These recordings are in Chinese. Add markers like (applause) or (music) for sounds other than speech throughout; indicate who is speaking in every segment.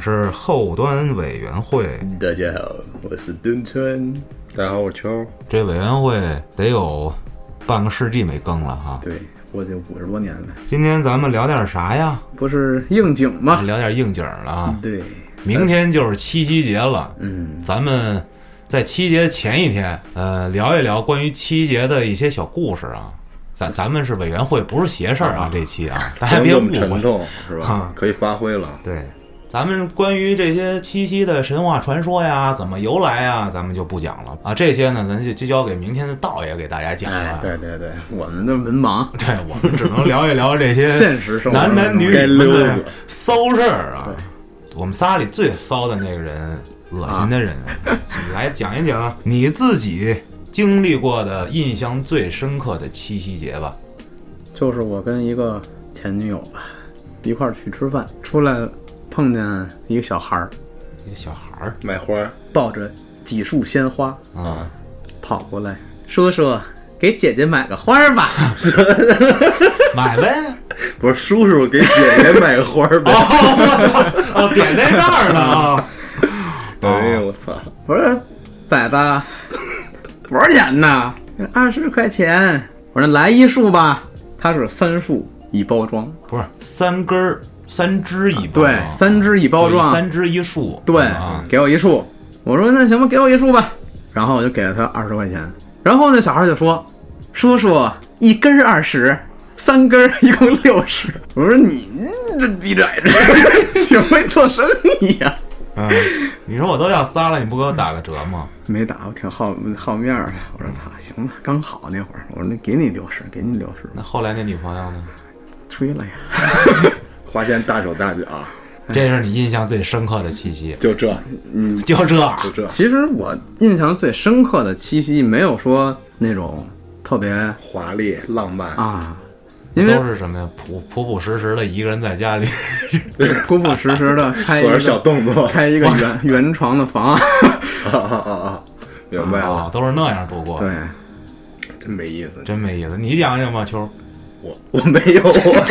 Speaker 1: 是后端委员会，
Speaker 2: 大家好，我是墩村。大家好，我秋。
Speaker 1: 这委员会得有半个世纪没更了哈。
Speaker 2: 对，我已经五十多年了，
Speaker 1: 今天咱们聊点啥呀？
Speaker 2: 不是应景吗？
Speaker 1: 聊点应景儿了啊。
Speaker 2: 对，
Speaker 1: 明天就是七夕节了，
Speaker 2: 嗯，
Speaker 1: 咱们在七节前一天，呃，聊一聊关于七节的一些小故事啊。咱咱们是委员会，不是邪事儿啊，这期啊，大家
Speaker 2: 不
Speaker 1: 别
Speaker 2: 用这
Speaker 1: 误会。
Speaker 2: 么沉重是吧
Speaker 1: 啊？
Speaker 2: 可以发挥了。
Speaker 1: 对，咱们关于这些七夕的神话传说呀，怎么由来呀，咱们就不讲了啊。这些呢，咱就就交给明天的道爷给大家讲了。
Speaker 2: 哎，对对对，我们的文盲，
Speaker 1: 对我们只能聊一聊这些
Speaker 2: (laughs) 现实生活
Speaker 1: 呃男
Speaker 2: 中
Speaker 1: 男女
Speaker 2: 该
Speaker 1: 女
Speaker 2: 溜
Speaker 1: 们
Speaker 2: 达
Speaker 1: 的骚事儿啊。我们仨里最骚的那个人，恶心的人，
Speaker 2: 啊
Speaker 1: 你来讲一讲你自己经历过的印象最深刻的七夕节吧。
Speaker 2: 就是我跟一个前女友吧，一块儿去吃饭，出来碰见一个小孩儿，
Speaker 1: 一个小孩儿
Speaker 3: 买花儿
Speaker 2: 抱着几束鲜花
Speaker 1: 啊，
Speaker 2: 跑过来，叔叔。给姐姐买个花
Speaker 1: (laughs)
Speaker 2: 儿吧，
Speaker 1: 买呗。
Speaker 3: 不是叔叔给姐姐买花儿呗？
Speaker 1: 哦，我操！哦，点在这儿呢啊！哦
Speaker 3: 哎呦我操！
Speaker 2: 我说崽子，多少钱呢？二十块钱。我说来一束吧，它是三束一包装，
Speaker 1: 不是三根儿，三支一包
Speaker 2: 对
Speaker 1: 装，，
Speaker 2: 三支一包
Speaker 1: 就
Speaker 2: 装，
Speaker 1: 三支一束，
Speaker 2: 对
Speaker 1: 啊，，
Speaker 2: 给我一束。我说那行吧，给我一束吧。然后我就给了他二十块钱。然后那小孩就说：“叔叔，一根二十，三根儿一共六十。”我说你嗯这逼崽
Speaker 1: (laughs)
Speaker 2: 子，挺会做生意呀、
Speaker 1: 嗯，你说我都要仨了，你不给我打个折吗？
Speaker 2: 没打，我挺好好面儿的。啊我说操，行吧，刚好那会儿，我说那给你六十，给你六十，
Speaker 1: 那后来那女朋友呢？
Speaker 2: 吹了呀。
Speaker 3: 花钱大手大脚，
Speaker 2: 哎
Speaker 1: 这是你印象最深刻的七夕，
Speaker 3: 就这嗯
Speaker 1: 就这。
Speaker 3: 就这
Speaker 2: 其实我印象最深刻的七夕，没有说那种特别
Speaker 3: 华丽浪漫，
Speaker 2: 啊，因为
Speaker 1: 都是什么呀？朴朴朴实实的一个人在家里，
Speaker 2: 朴朴实实的开一
Speaker 3: 做点小
Speaker 2: 个
Speaker 3: 动作，
Speaker 2: 开一个圆圆床的房， (laughs)
Speaker 3: (laughs) 啊啊啊啊！明白了，
Speaker 1: 啊，都是那样度过，
Speaker 2: 对，
Speaker 3: 真没意思。
Speaker 1: 真没意思。你讲讲吧，秋儿，
Speaker 3: 我我没有，啊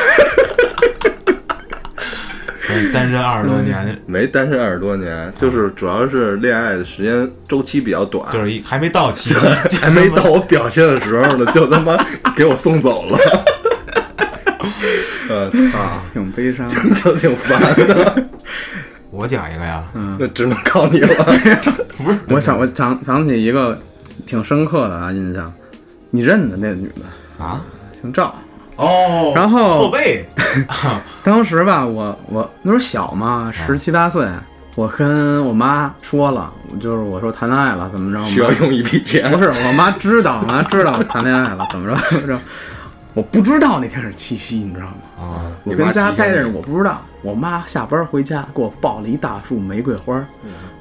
Speaker 2: (laughs)
Speaker 1: 单身二十多年，
Speaker 2: 嗯
Speaker 3: 没单身二十多年，就是
Speaker 2: 啊
Speaker 3: 主要是恋爱的时间周期比较短，
Speaker 1: 就是一还没到七夕，
Speaker 3: 还没到我表现的时候呢，就他妈给我送走了。呃，操，
Speaker 2: 挺悲伤的。
Speaker 3: (laughs) 就挺烦的，
Speaker 1: 我讲一个呀，
Speaker 2: 嗯
Speaker 3: 那只能靠你了。
Speaker 1: 不是
Speaker 2: 我想我想想起一个挺深刻的啊印象，你认得那女的，
Speaker 1: 啊，
Speaker 2: 姓赵。
Speaker 1: 哦，
Speaker 2: 然后
Speaker 1: 后
Speaker 2: (laughs)
Speaker 1: 背，
Speaker 2: 当时吧，我我那时候小嘛，十七八岁，我跟我妈说了，我就是我说谈恋爱了，怎么着？我妈
Speaker 3: 需要用一笔钱
Speaker 2: 嗯不，是，我妈知道，我妈知道我谈恋爱了，怎么着？怎么着？我不知道那天是七夕，你知道吗？
Speaker 1: 啊，
Speaker 2: 我跟家待着，
Speaker 3: 你妈提醒你
Speaker 2: 我不知道。我妈下班回家给我抱了一大束玫瑰花儿，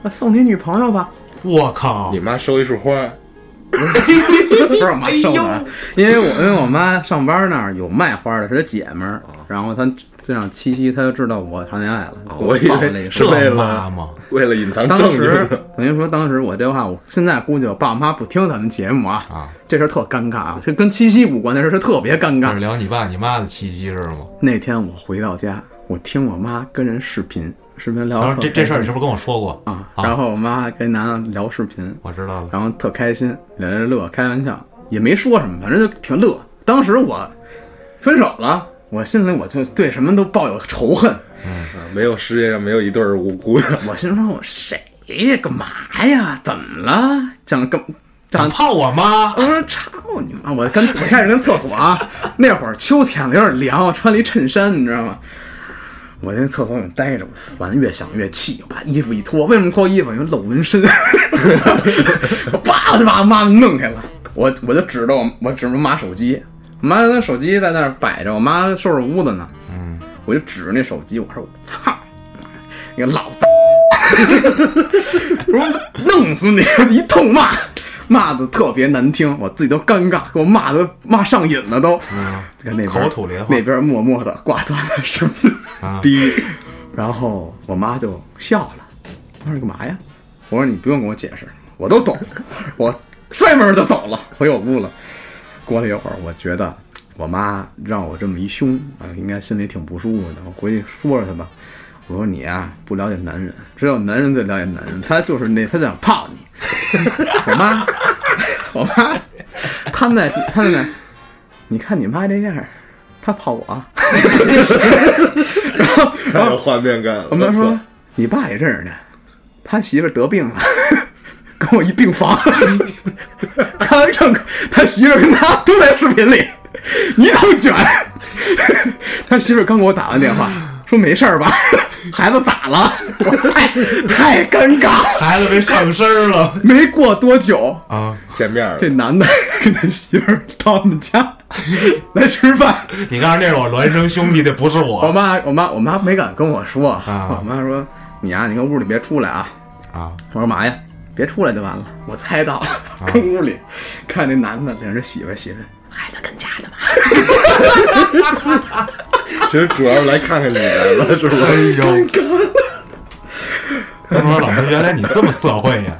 Speaker 2: 那送你女朋友吧。
Speaker 1: 我靠
Speaker 3: 你，妈收一束花儿，
Speaker 2: (laughs) 不是我妈送的，因为我因为我妈上班那儿有卖花的，是她姐们儿，然后她这样七夕她就知道我谈恋爱了，给
Speaker 3: 我以
Speaker 2: 抱了一
Speaker 3: 为
Speaker 2: 束
Speaker 3: 是为
Speaker 1: 这妈
Speaker 3: 了
Speaker 1: 妈
Speaker 3: 为了隐藏
Speaker 2: 当
Speaker 3: 证据
Speaker 2: 时
Speaker 3: 呢。
Speaker 2: 等于说，当时我这话，我现在估计我爸我妈不听咱们节目啊，
Speaker 1: 啊，
Speaker 2: 这事儿特尴尬啊，这跟七夕无关，这事儿是特别尴尬
Speaker 1: 这是。聊你爸你妈的七夕是吗？
Speaker 2: 那天我回到家，我听我妈跟人视频，视频聊
Speaker 1: 然
Speaker 2: 得
Speaker 1: 后这
Speaker 2: 特开
Speaker 1: 这事儿
Speaker 2: 心
Speaker 1: 你是不是跟我说过
Speaker 2: 啊，然后我妈跟男的聊视频，
Speaker 1: 我知道了，
Speaker 2: 然后特开心，俩人乐，开玩笑也没说什么，反正就挺乐。当时我分手了，我心里我就对什么都抱有仇恨，
Speaker 3: 啊没有世界上没有一对儿无辜的，
Speaker 2: 我心说我谁呀，干嘛呀？怎么了？讲跟
Speaker 1: 想
Speaker 2: 讲
Speaker 1: 泡我妈
Speaker 2: 我，说操啊你妈！我跟我开始跟厕所啊， (laughs) 那会儿秋天了，有点凉，我穿了一衬衫，你知道吗？我在厕所里待着，我烦，越想越气，我把衣服一脱，为什么脱衣服？因为露纹身， (laughs) 我叭我就把我妈弄开了，我我就指着我我指着我妈手机，我妈那手机在那儿摆着，我妈收拾屋子呢，
Speaker 1: 嗯，
Speaker 2: 我就指着那手机，我说我操，你个老子！我说弄死你！一通骂，骂的特别难听，我自己都尴尬，给我骂的骂上瘾了都。
Speaker 1: 嗯
Speaker 2: 在那边
Speaker 1: 口吐莲花
Speaker 2: 那边默默的挂断了视频， (laughs)
Speaker 1: 啊，
Speaker 3: 第一
Speaker 2: 然后我妈就笑了。我说你干嘛呀？我说你不用跟我解释，我都懂。我摔门就走了，回我屋了。过了一会儿，我觉得我妈让我这么一凶啊，应该心里挺不舒服的。我回去说说她吧。我说你啊，不了解男人，只有男人最了解男人。他就是那，他就想泡你。 (laughs) 我妈，我妈，他们在，他们在，你看你妈这样儿，她啊泡我。然后，然
Speaker 3: 太
Speaker 2: 后
Speaker 3: 有画面感了。
Speaker 2: 我妈
Speaker 3: 我 (laughs)
Speaker 2: 说
Speaker 3: 操，
Speaker 2: 你爸也这样的，他媳妇儿得病了， (laughs) 跟我一病房。 (laughs) 他正他媳妇儿跟他都在视频里，你怎么卷？ (laughs) 他媳妇儿刚给我打完电话，说没事儿吧， (laughs) 孩子咋了？ (laughs) 我太太尴尬了。
Speaker 1: 孩子被上身了
Speaker 2: 没过多久，
Speaker 1: 啊！
Speaker 3: 见面了
Speaker 2: 这，男的跟他媳妇儿到我们家来吃饭。
Speaker 1: 你告诉那是我孪生兄弟，那不是
Speaker 2: 我
Speaker 1: 我
Speaker 2: 妈，我妈，我妈没敢跟我说。
Speaker 1: 啊
Speaker 2: 我妈说：“你呀、你搁屋里别出来啊。”
Speaker 1: 啊！
Speaker 2: 我说嘛呀，别出来就完了。我猜到了， (laughs) 跟屋里看那男的领着媳妇儿，媳妇儿孩子跟家的吧。
Speaker 3: 其实主要是来看看你来了，是
Speaker 1: 哎
Speaker 2: (laughs)
Speaker 3: 吧？
Speaker 2: Oh
Speaker 1: 呦，他说老师，原来你这么社会呀？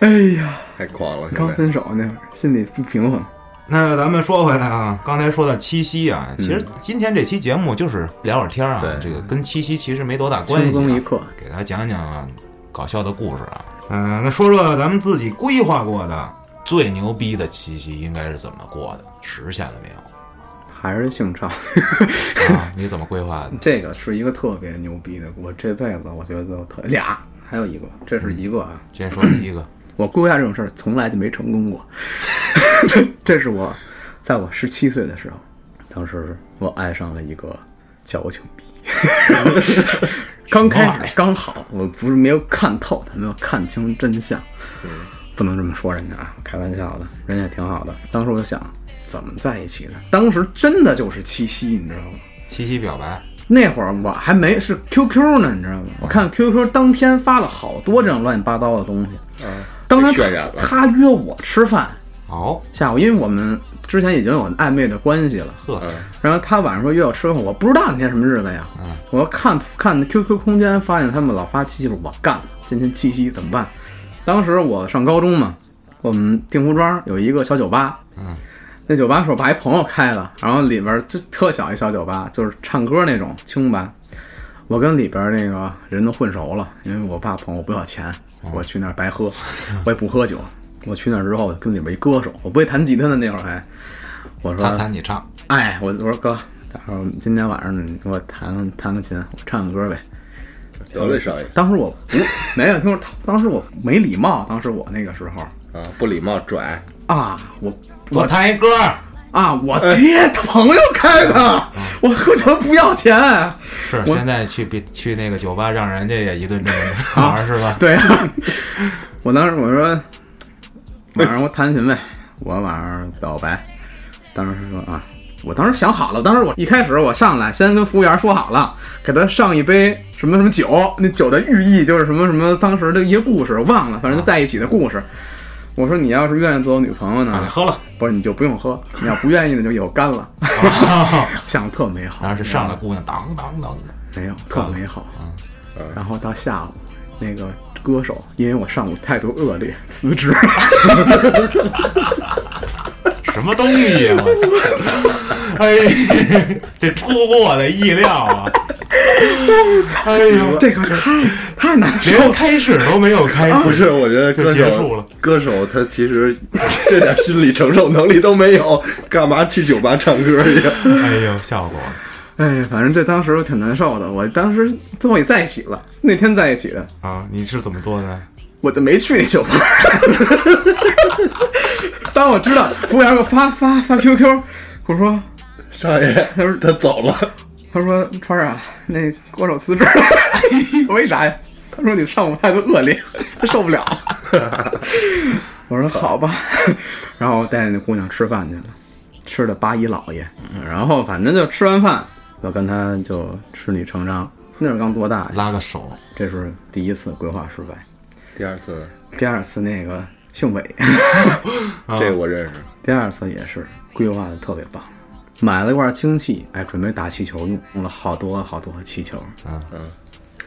Speaker 2: 哎呀，
Speaker 3: 太狂了，
Speaker 2: 刚
Speaker 3: 现在
Speaker 2: 分手那会儿心里不平衡。
Speaker 1: 那咱们说回来啊，刚才说到七夕啊，其
Speaker 2: 嗯
Speaker 1: 实今天这期节目就是聊会儿天儿啊，
Speaker 3: 对
Speaker 1: 这个跟七夕其实没多大关系、
Speaker 2: 轻
Speaker 1: 啊。
Speaker 2: 松一刻，
Speaker 1: 给大家讲讲啊搞笑的故事啊。嗯、那说说咱们自己规划过的最牛逼的七夕应该是怎么过的，实现了没有？
Speaker 2: 还是姓赵。
Speaker 1: 啊，你怎么规划的？
Speaker 2: (laughs) 这个是一个特别牛逼的，我这辈子我觉得我特俩，还有一个，这是一个啊。
Speaker 1: 先说第一个，
Speaker 2: 我规划这种事儿从来就没成功过。 (laughs) 这是我在我十七岁的时候，当时我爱上了一个矫情逼。 (laughs) 刚开始刚好，我不是没有看透他，没有看清真相，不能这么说人家啊，开玩笑的，人家也挺好的。当时我就想，怎么在一起呢？当时真的就是七夕，你知道吗？
Speaker 1: 七夕表白，
Speaker 2: 那会儿我还没是 QQ 呢，你知道吗？我看 QQ 当天发了好多这种乱七八糟的东西。当
Speaker 3: 被
Speaker 2: 然
Speaker 3: 渲染了
Speaker 2: 他约我吃饭，
Speaker 1: 哦，
Speaker 2: 下午因为我们之前已经有暧昧的关系了，
Speaker 1: 呵，
Speaker 3: 啊
Speaker 2: 然后他晚上说约我吃饭，我不知道那天什么日子呀。
Speaker 1: 嗯
Speaker 2: 我看看 QQ 空间，发现他们老发七夕，我干，今天七夕怎么办？当时我上高中嘛，我们定福庄有一个小酒吧，
Speaker 1: 嗯，
Speaker 2: 那酒吧是我爸一朋友开的，然后里边就特小一小酒吧，就是唱歌那种清吧。我跟里边那个人都混熟了，因为我爸朋友不要钱，
Speaker 1: 嗯
Speaker 2: 我去那儿白喝， (laughs) 我也不喝酒。我去那儿之后，跟里边一歌手，我不会弹吉他的那会儿还，我说
Speaker 1: 他弹你唱，
Speaker 2: 哎，我我说哥，到时候今天晚上你给我弹个弹个琴，我唱个歌呗。
Speaker 3: 得嘞，少爷
Speaker 2: 当时我不没有听说，当时我没礼貌，当时我那个时候
Speaker 3: 啊，不礼貌拽，
Speaker 2: 啊，我
Speaker 1: 我
Speaker 2: 我
Speaker 1: 弹一歌，
Speaker 2: 啊，我爹朋友开的，我喝酒不要钱，
Speaker 1: 是
Speaker 2: 我
Speaker 1: 现在去别去那个酒吧，让人家也一顿这个玩儿是吧？
Speaker 2: (laughs) 对啊，我当时我说晚上我弹琴呗，我晚上表白，当时说啊，我当时想好了，当时我一开始我上来先跟服务员说好了，给他上一杯什么什么酒，那酒的寓意就是什么什么，当时的一些故事我忘了，反正就在一起的故事。我说你要是愿意做我女朋友
Speaker 1: 把
Speaker 2: 呢
Speaker 1: 啊你，喝了，
Speaker 2: 不是你就不用喝，你要不愿意呢就以后干了。想的特美好
Speaker 1: (laughs) 然，后是上来姑娘，啊当当当，
Speaker 2: 没有特美好。
Speaker 3: 嗯
Speaker 2: 然后到下午，那个歌手因为我上午态度恶劣辞职，
Speaker 1: 什么东西啊！我 (laughs) 操！哎，这出乎我的意料啊！哎呦，
Speaker 2: (laughs) 这个太太难受
Speaker 1: 连
Speaker 2: 了。
Speaker 1: 开始都没有开，
Speaker 3: 不是，我觉得歌
Speaker 1: 就结束
Speaker 3: 手
Speaker 1: 了
Speaker 3: 歌手他其实这点心理承受能力都没有，干嘛去酒吧唱歌去？
Speaker 1: 哎呦，笑死我了！
Speaker 2: 哎，反正这当时我挺难受的。我当时最后也在一起了，那天在一起的，
Speaker 1: 啊，你是怎么做的？
Speaker 2: 我就没去那 (laughs) 酒吧。当我知道服务员给我发发发 QQ，我说
Speaker 3: 少爷，他说他走了，
Speaker 2: 他说：“川儿啊，那歌手辞职了。” (laughs) 我为啥呀？他说：“你上午态度恶劣，他受不了。” (laughs) 我说：“好吧。”然后我带着那姑娘吃饭去了，吃的八一老爷。然后反正就吃完饭，我跟他就顺理成章。那会儿刚多大呀？
Speaker 1: 拉个手，啊
Speaker 2: 这是第一次规划失败，
Speaker 3: 第二次，
Speaker 2: 第二次那个姓韦，
Speaker 1: 啊
Speaker 3: 这我认识，
Speaker 2: 第二次也是规划的特别棒，买了一罐氢气，哎，准备打气球用，用了好多好多气球。
Speaker 1: 嗯
Speaker 3: 嗯，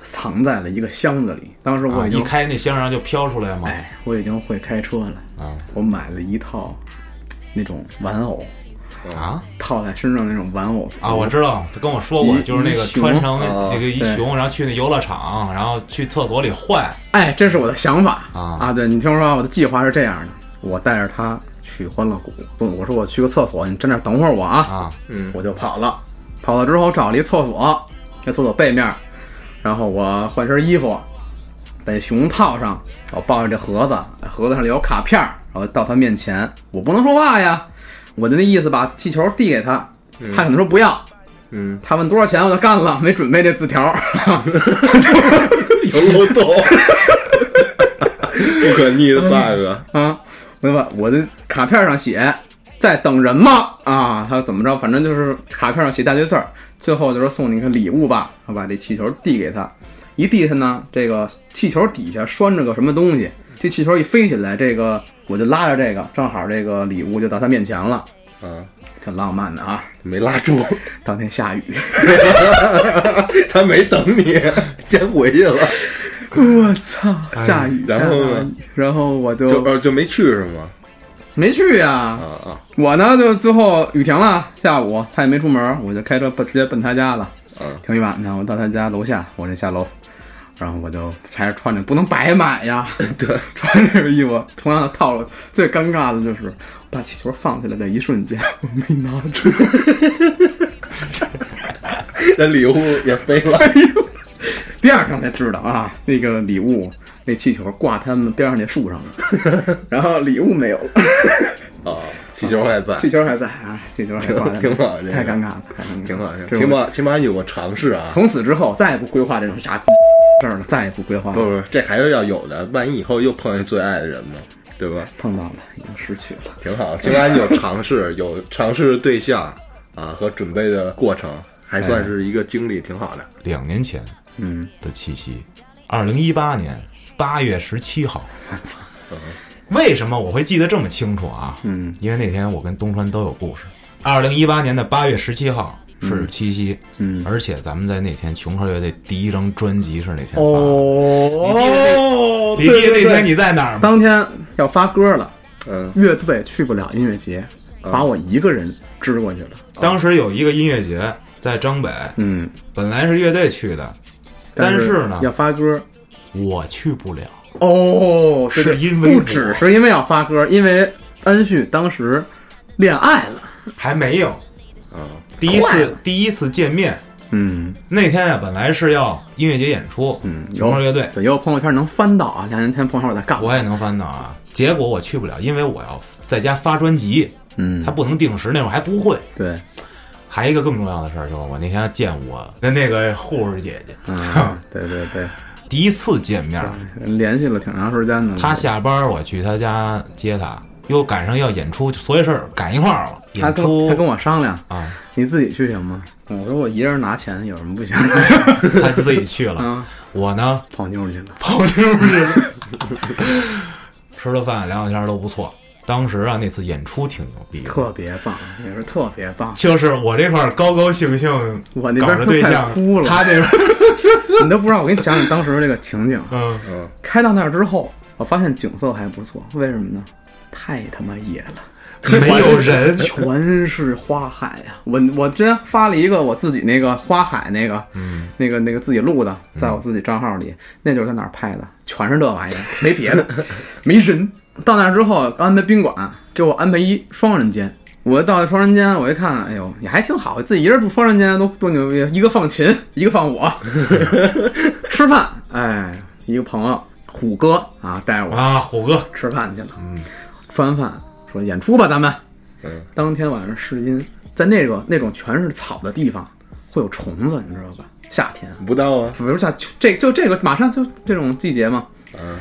Speaker 2: 藏在了一个箱子里。当时我
Speaker 1: 啊，
Speaker 2: 已经、哎
Speaker 1: 一开那箱上就飘出来嘛。
Speaker 2: 哎，我已经会开车了。
Speaker 1: 啊，
Speaker 2: 我买了一套那种玩偶，
Speaker 1: 啊
Speaker 2: 套在身上那种玩偶
Speaker 1: 啊！我知道，他跟我说过，
Speaker 2: 一
Speaker 1: 就是那个
Speaker 2: 一熊哦
Speaker 1: 穿成
Speaker 3: 啊
Speaker 1: 那个一
Speaker 2: 对
Speaker 1: 熊，然后去那游乐场，然后去厕所里换。
Speaker 2: 哎，这是我的想法
Speaker 1: 啊
Speaker 2: 对你听我说啊，我的计划是这样的：我带着他去欢乐谷，问我说我去个厕所，你站那儿等会儿我啊。
Speaker 1: 啊，
Speaker 3: 嗯
Speaker 2: 我就跑了，跑了之后找了一厕所，那厕所背面，然后我换身衣服，把那熊套上，我抱着这盒子，盒子上里有卡片儿，然后到他面前，我不能说话呀，我就那意思把气球递给他，他可能说不要，
Speaker 3: 嗯，
Speaker 2: 他问多少钱我就干了，没准备这字条。 (laughs)
Speaker 3: 有漏洞， (laughs) 不可逆的 bug，
Speaker 2: (laughs) 啊，明白？我的卡片上写在等人吗？啊，他怎么着？反正就是卡片上写一大堆字儿，最后就说送你个礼物吧。我把这气球递给他，一递他呢，这个气球底下拴着个什么东西，这气球一飞起来，这个我就拉着这个，正好这个礼物就到他面前了，
Speaker 3: 啊，
Speaker 2: 挺浪漫的啊。
Speaker 3: 没拉住， (laughs)
Speaker 2: 当天下雨， (laughs)
Speaker 3: 他没等你，先回去了，
Speaker 2: 我操，下雨，
Speaker 3: 哎然后呢
Speaker 2: 下雨然后我
Speaker 3: 就
Speaker 2: 就
Speaker 3: 哦就没去是吗？
Speaker 2: 没去呀、
Speaker 3: 啊啊
Speaker 2: 我呢，就最后雨停了，下午他也没出门，我就开车奔直接奔他家了。
Speaker 3: 啊，
Speaker 2: 停一晚上，我到他家楼下，我这下楼，然后我就还是穿着，不能白
Speaker 3: (laughs)
Speaker 2: 买呀。 (laughs) 对，穿这个衣服，同样的套路。最尴尬的就是把气球放起来的一瞬间，我没拿住。
Speaker 3: 那礼物也飞了， (laughs)
Speaker 2: 边儿上才知道啊，那个礼物，那气球挂他们边上那树上
Speaker 3: (laughs)
Speaker 2: 了，然后礼物没有了，
Speaker 3: 啊，气球还在，
Speaker 2: 气球还在啊，气球还挂着呢，
Speaker 3: 挺好这个
Speaker 2: 太尴尬了，太尴尬了，
Speaker 3: 挺好，
Speaker 2: 这
Speaker 3: 挺
Speaker 2: 我。
Speaker 3: 好，起码有个尝试啊。
Speaker 2: 从此之后，再也不规划这种傻逼事儿了，再也不规划了。
Speaker 3: 不不，这还是要有的，万一以后又碰见最爱的人嘛，对吧？
Speaker 2: 碰到了，已经失去了。
Speaker 3: 挺好，起码有尝试，有尝试的对象啊和准备的过程，还算是一个经历，挺好的。
Speaker 1: 两年前
Speaker 2: 嗯，
Speaker 1: 的七夕，二零一八年八月十七号。为什么我会记得这么清楚啊？
Speaker 2: 嗯，
Speaker 1: 因为那天我跟东川都有故事。二零一八年的八月十七号是七夕，
Speaker 2: 嗯
Speaker 1: 而且咱们在那天琼克乐队第一张专辑是那天发的。
Speaker 3: 哦
Speaker 1: 你记得那，你记得那天你在哪儿吗？
Speaker 2: 当天要发歌了，
Speaker 3: 嗯
Speaker 2: 乐队去不了音乐节，把我一个人支过去了。
Speaker 1: 当时有一个音乐节在张北，
Speaker 2: 嗯，
Speaker 1: 本来是乐队去的，但
Speaker 2: 是
Speaker 1: 是呢，
Speaker 2: 要发歌
Speaker 1: 我去不了。
Speaker 2: 哦，
Speaker 1: 是
Speaker 2: 对对
Speaker 1: 因为
Speaker 2: 不
Speaker 1: 我
Speaker 2: 只是因为要发歌，因为安旭当时恋爱了。
Speaker 1: 还没有
Speaker 3: 啊
Speaker 1: 第一
Speaker 2: 快
Speaker 1: 次第一次见面。
Speaker 2: 嗯，
Speaker 1: 那天啊，本来是要音乐节演出，
Speaker 2: 嗯有
Speaker 1: 琼瑶乐队，
Speaker 2: 对，有朋友圈能翻到啊，两年前朋友圈我在干嘛。
Speaker 1: 我也能翻到啊。结果我去不了，因为我要在家发专辑，
Speaker 2: 嗯
Speaker 1: 他，不能定时，那会儿还不会。 (laughs)
Speaker 2: 对，
Speaker 1: 还有一个更重要的事儿就是，我那天要见我的那个护士姐姐，
Speaker 2: 嗯，对对对，
Speaker 1: 第一次见面，
Speaker 2: 联系了挺长时间的。
Speaker 1: 她下班我去她家接她，又赶上要演出，所以事儿赶一块儿了。
Speaker 2: 他
Speaker 1: 演
Speaker 2: 跟我他跟
Speaker 1: 出
Speaker 2: 我商量，
Speaker 1: 啊，
Speaker 2: 你自己去行吗？我说我一人拿钱，有什么
Speaker 1: (laughs)
Speaker 2: 不行？
Speaker 1: 她自己去了
Speaker 2: 啊，
Speaker 1: 我呢
Speaker 2: 泡妞去了。
Speaker 1: 跑妞儿去了， (laughs) 吃了饭聊聊天儿都不错。当时啊，那次演出挺牛逼的，。
Speaker 2: 特别棒，也是特别棒
Speaker 1: 就是我这块儿高高兴兴
Speaker 2: 我那边
Speaker 1: 搞着对
Speaker 2: 快
Speaker 1: 象
Speaker 2: 哭，了
Speaker 1: 他那边
Speaker 2: (laughs)
Speaker 1: 儿
Speaker 2: 你都不知道，我给你讲讲当时这个情景。啊
Speaker 1: 嗯，
Speaker 3: 嗯，
Speaker 2: 开到那儿之后，我发现景色还不错，为什么呢？太他妈野了，，
Speaker 1: 没有人
Speaker 2: 全是花海呀、 (laughs) 我我之前发了一个我自己那个花海那个，嗯，那个那个自己录的，在我自己账号里，那就是在哪儿拍的，全是这玩意儿， (laughs) 没别的，没人。到那儿之后安排宾馆，给我安排一双人间。我到双人间，我一看，哎呦，也还挺好，自己一人住双人间都多牛逼！一个放琴，一个放我， (laughs) 吃饭，哎，一个朋友虎哥啊带着我
Speaker 1: 啊，虎哥，
Speaker 2: 吃饭去了。吃完饭说演出吧，咱们。
Speaker 3: 嗯
Speaker 2: 当天晚上试音，在那个那种全是草的地方，会有虫子，你知道吧？夏天，
Speaker 3: 不到啊，
Speaker 2: 比如像秋这就这个马上就这种季节嘛，
Speaker 3: 嗯，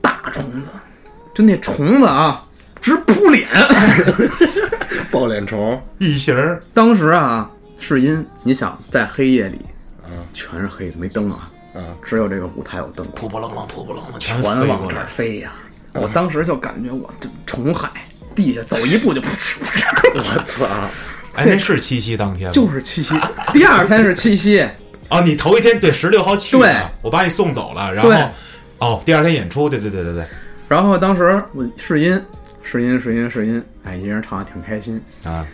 Speaker 2: 大虫子，就那虫子啊，直扑脸。
Speaker 3: 抱脸虫，
Speaker 1: 异形儿，
Speaker 2: 当时啊，试音，你想在黑夜里，
Speaker 3: 嗯
Speaker 2: 全是黑的，没灯啊，
Speaker 3: 嗯，
Speaker 2: 只有这个舞台有灯光。
Speaker 1: 扑不楞楞，扑不楞楞，全
Speaker 2: 船
Speaker 1: 飞
Speaker 2: 往
Speaker 1: 过
Speaker 2: 这儿
Speaker 1: 来。
Speaker 2: 飞呀、我当时就感觉我这虫海，地下走一步就，
Speaker 3: 我操，
Speaker 1: 哎，那是七夕当天吗？
Speaker 2: 就是七夕。第二天是七夕，
Speaker 1: 哦，你头一天对十六号去
Speaker 2: 对
Speaker 1: 的，啊我把你送走了，然后
Speaker 2: 对
Speaker 1: 哦，第二天演出，对对对对对
Speaker 2: 然后当时我试音，试音，试音，试音，哎，一人唱的挺开心。
Speaker 1: 对啊，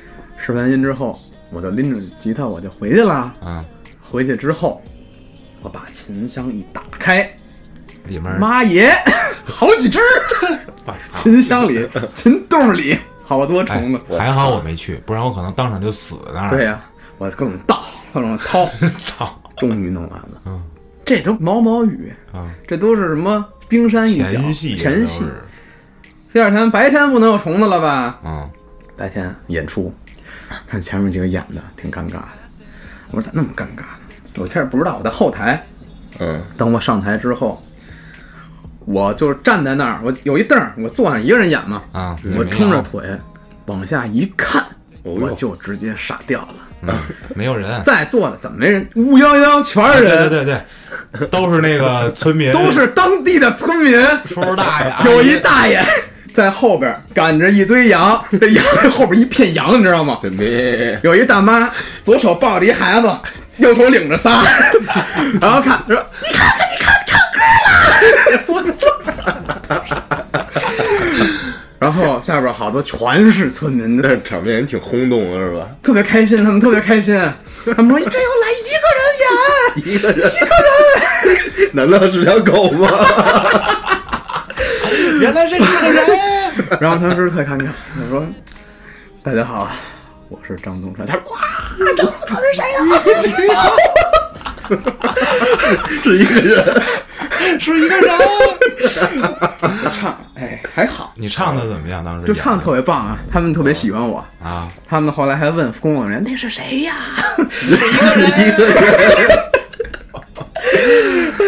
Speaker 2: 吃完烟之后，我就拎着吉他我就回去了。
Speaker 1: 啊，
Speaker 2: 回去之后，我把琴箱一打开，
Speaker 1: 里面
Speaker 2: 妈耶，好
Speaker 1: (laughs)
Speaker 2: 几只！
Speaker 1: 我操
Speaker 2: 琴箱里、琴洞里好多虫子。
Speaker 1: 哎还好我没去，不然我可能当场就死在那儿。
Speaker 2: 对，呀、我各种倒，各种掏，
Speaker 1: (laughs) 操
Speaker 2: 终于弄完了。嗯，这都毛毛雨，
Speaker 1: 啊！
Speaker 2: 这都是什么冰山一角？
Speaker 1: 前戏，啊
Speaker 2: 前戏
Speaker 1: 都。是
Speaker 2: 第二天白天不能有虫子了吧？
Speaker 1: 嗯，
Speaker 2: 白天演出，看前面几个演的挺尴尬的。我说咋那么尴尬呢？我一开始不知道，我在后台。
Speaker 3: 嗯，
Speaker 2: 等我上台之后，我就是站在那儿，我有一凳儿，我坐上一个人演嘛。
Speaker 1: 啊
Speaker 2: 我撑着
Speaker 1: 嗯
Speaker 2: 腿往下一看，
Speaker 3: 哦呦
Speaker 2: 我就直接傻掉了。
Speaker 1: 嗯
Speaker 2: (laughs)
Speaker 1: 没有人。
Speaker 2: 在座的怎么没人？乌泱泱全是
Speaker 1: 对
Speaker 2: 人，
Speaker 1: 啊对对对，都是那个村民，
Speaker 2: 都是当地的村民。
Speaker 1: 叔叔大爷，阿姨
Speaker 2: 有一大爷在后边赶着一堆羊，这羊后边一片羊，你知道吗？
Speaker 3: 准备
Speaker 2: 有一大妈左手抱着一孩子，右手领着仨， (laughs) 然后看说：“你看看，你看，唱歌了！”我操！ (laughs) 然后下边好多全是村民，
Speaker 3: 那场面也挺轰动的是吧？
Speaker 2: 特别开心，他们特别开心。他们说：“这又来一个人
Speaker 3: 一
Speaker 2: 演，
Speaker 3: 个人，难道是条狗吗？ (laughs)
Speaker 1: 原来这是个人。
Speaker 2: 然后他说特尴尬，我说：“大家好，啊我是张东川。”他说：“哇，张东川是谁呀、
Speaker 3: 是一个人，
Speaker 1: 是一个人。
Speaker 2: 唱，哎，还 (laughs) 好，
Speaker 1: 你唱的怎么样？当时
Speaker 2: 就唱
Speaker 1: 演
Speaker 2: 得特别棒啊！他们特别喜欢我，
Speaker 1: 的啊，
Speaker 2: 他们后来还问工作人员那是谁呀？
Speaker 3: 一个人。